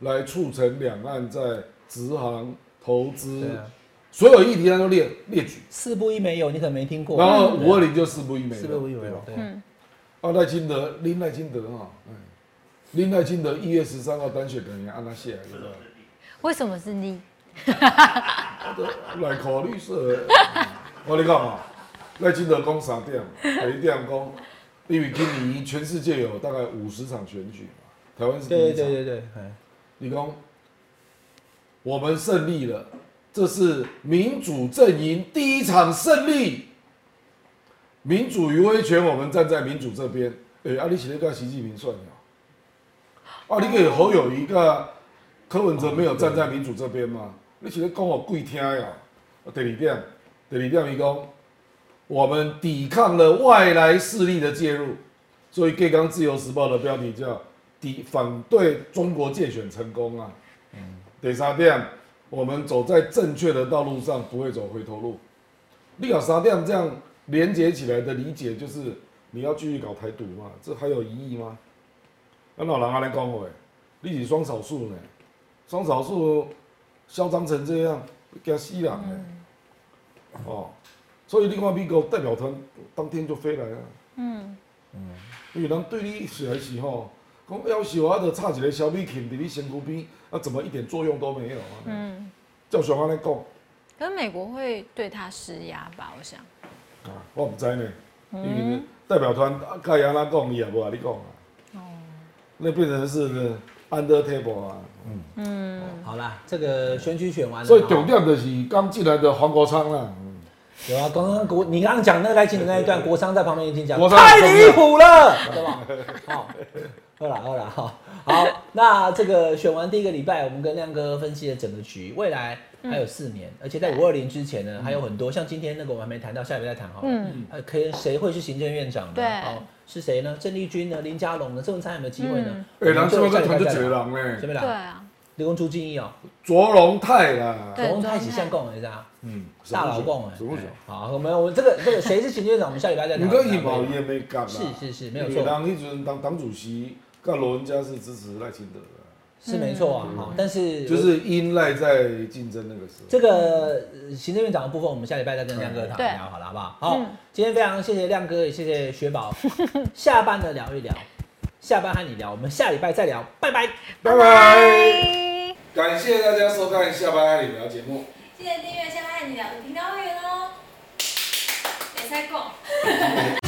来促成两岸在直航、投资、
对啊
所有议题上都列列举，
四不一没有，你可能没听过。
然后五二零就四不一没了，
四不一没
对
有
吧，
对，
啊，赖清德，林赖清德哈，嗯，林赖清德一月十三号单选人员按他写来的，
为什么是你？
来考绿色的， 我跟你讲嘛，赖清德讲三点，第一点讲，因为今年全世界有大概五十场选举嘛，台湾是第
对
一
对对
场，
对对，哎
你讲，我们胜利了，这是民主阵营第一场胜利，民主与威权，我们站在民主这边，诶、啊，你是在跟习近平算了。啊，你给侯友谊个柯文哲没有站在民主这边吗？你是咧讲我跪听呀？啊第二点，第二点伊讲，我们抵抗了外来势力的介入，所以《盖刚自由时报》的标题叫“抵反对中国借选成功”啊。第三点，我们走在正确的道路上，不会走回头路。你搞三点这样连接起来的理解，就是你要继续搞台独嘛？这还有意义吗？啊那老人安尼讲话，你是双少数呢，双少数嚣张成这样，惊死人呢。哦，所以你看美国代表团当天就飞来啊。嗯嗯，因为人对你是来是吼，讲哎要是我就插一个小米琴伫你身躯边，啊怎么一点作用都没有啊？嗯，照常安尼讲。
可是美国会对他施压吧？我想，
啊，我毋知呢，因为代表团啊该安怎讲，伊也无甲你讲啊。那变成是 under table 啊。
好啦，这个选举选完了，
所以重点就是刚进来的黄国昌啦，
有啊，刚刚国你刚刚讲那个赖清德那一段，国商在旁边已经讲，
国商
太离谱了，对吧？好，饿了饿了哈。好，那这个选完第一个礼拜，我们跟亮哥分析了整个局，未来还有四年，而且在五二零之前呢，还有很多，像今天那个我们还没谈到，下礼拜再谈好了。嗯，呃，可以谁会是行政院长呢？
对
哦，是谁呢？郑丽君呢？林佳龙呢？郑文灿有没有机会呢？
哎，人这个团就一个
谁什
人呢，
么
嗯对
啦？
啊，
刘公朱敬义哦，
卓荣泰啦，
对
龙太
卓荣
喜
泰
相共是吧？
嗯，
大佬共哎
什么，
好，我们我们这个这个谁是行政院长，我们下礼拜再
你
谈。
跟伊宝也没干啦，
是是是没有错
因为人迄阵当党主席，甲罗文嘉是支持赖清德的，
是没错啊，好，但是
就是因赖在竞争那个时候。
这个呃行政院长的部分，我们下礼拜再跟亮哥讨
对
论聊好了，好不好？好，今天非常谢谢亮哥，也谢谢雪宝，下班了聊一聊，下班和你聊，我们下礼拜再聊，拜拜。
拜拜，感谢大家收看下班爱理聊节目。
记得订阅一下《爱你聊》的频道会员哦。没猜够。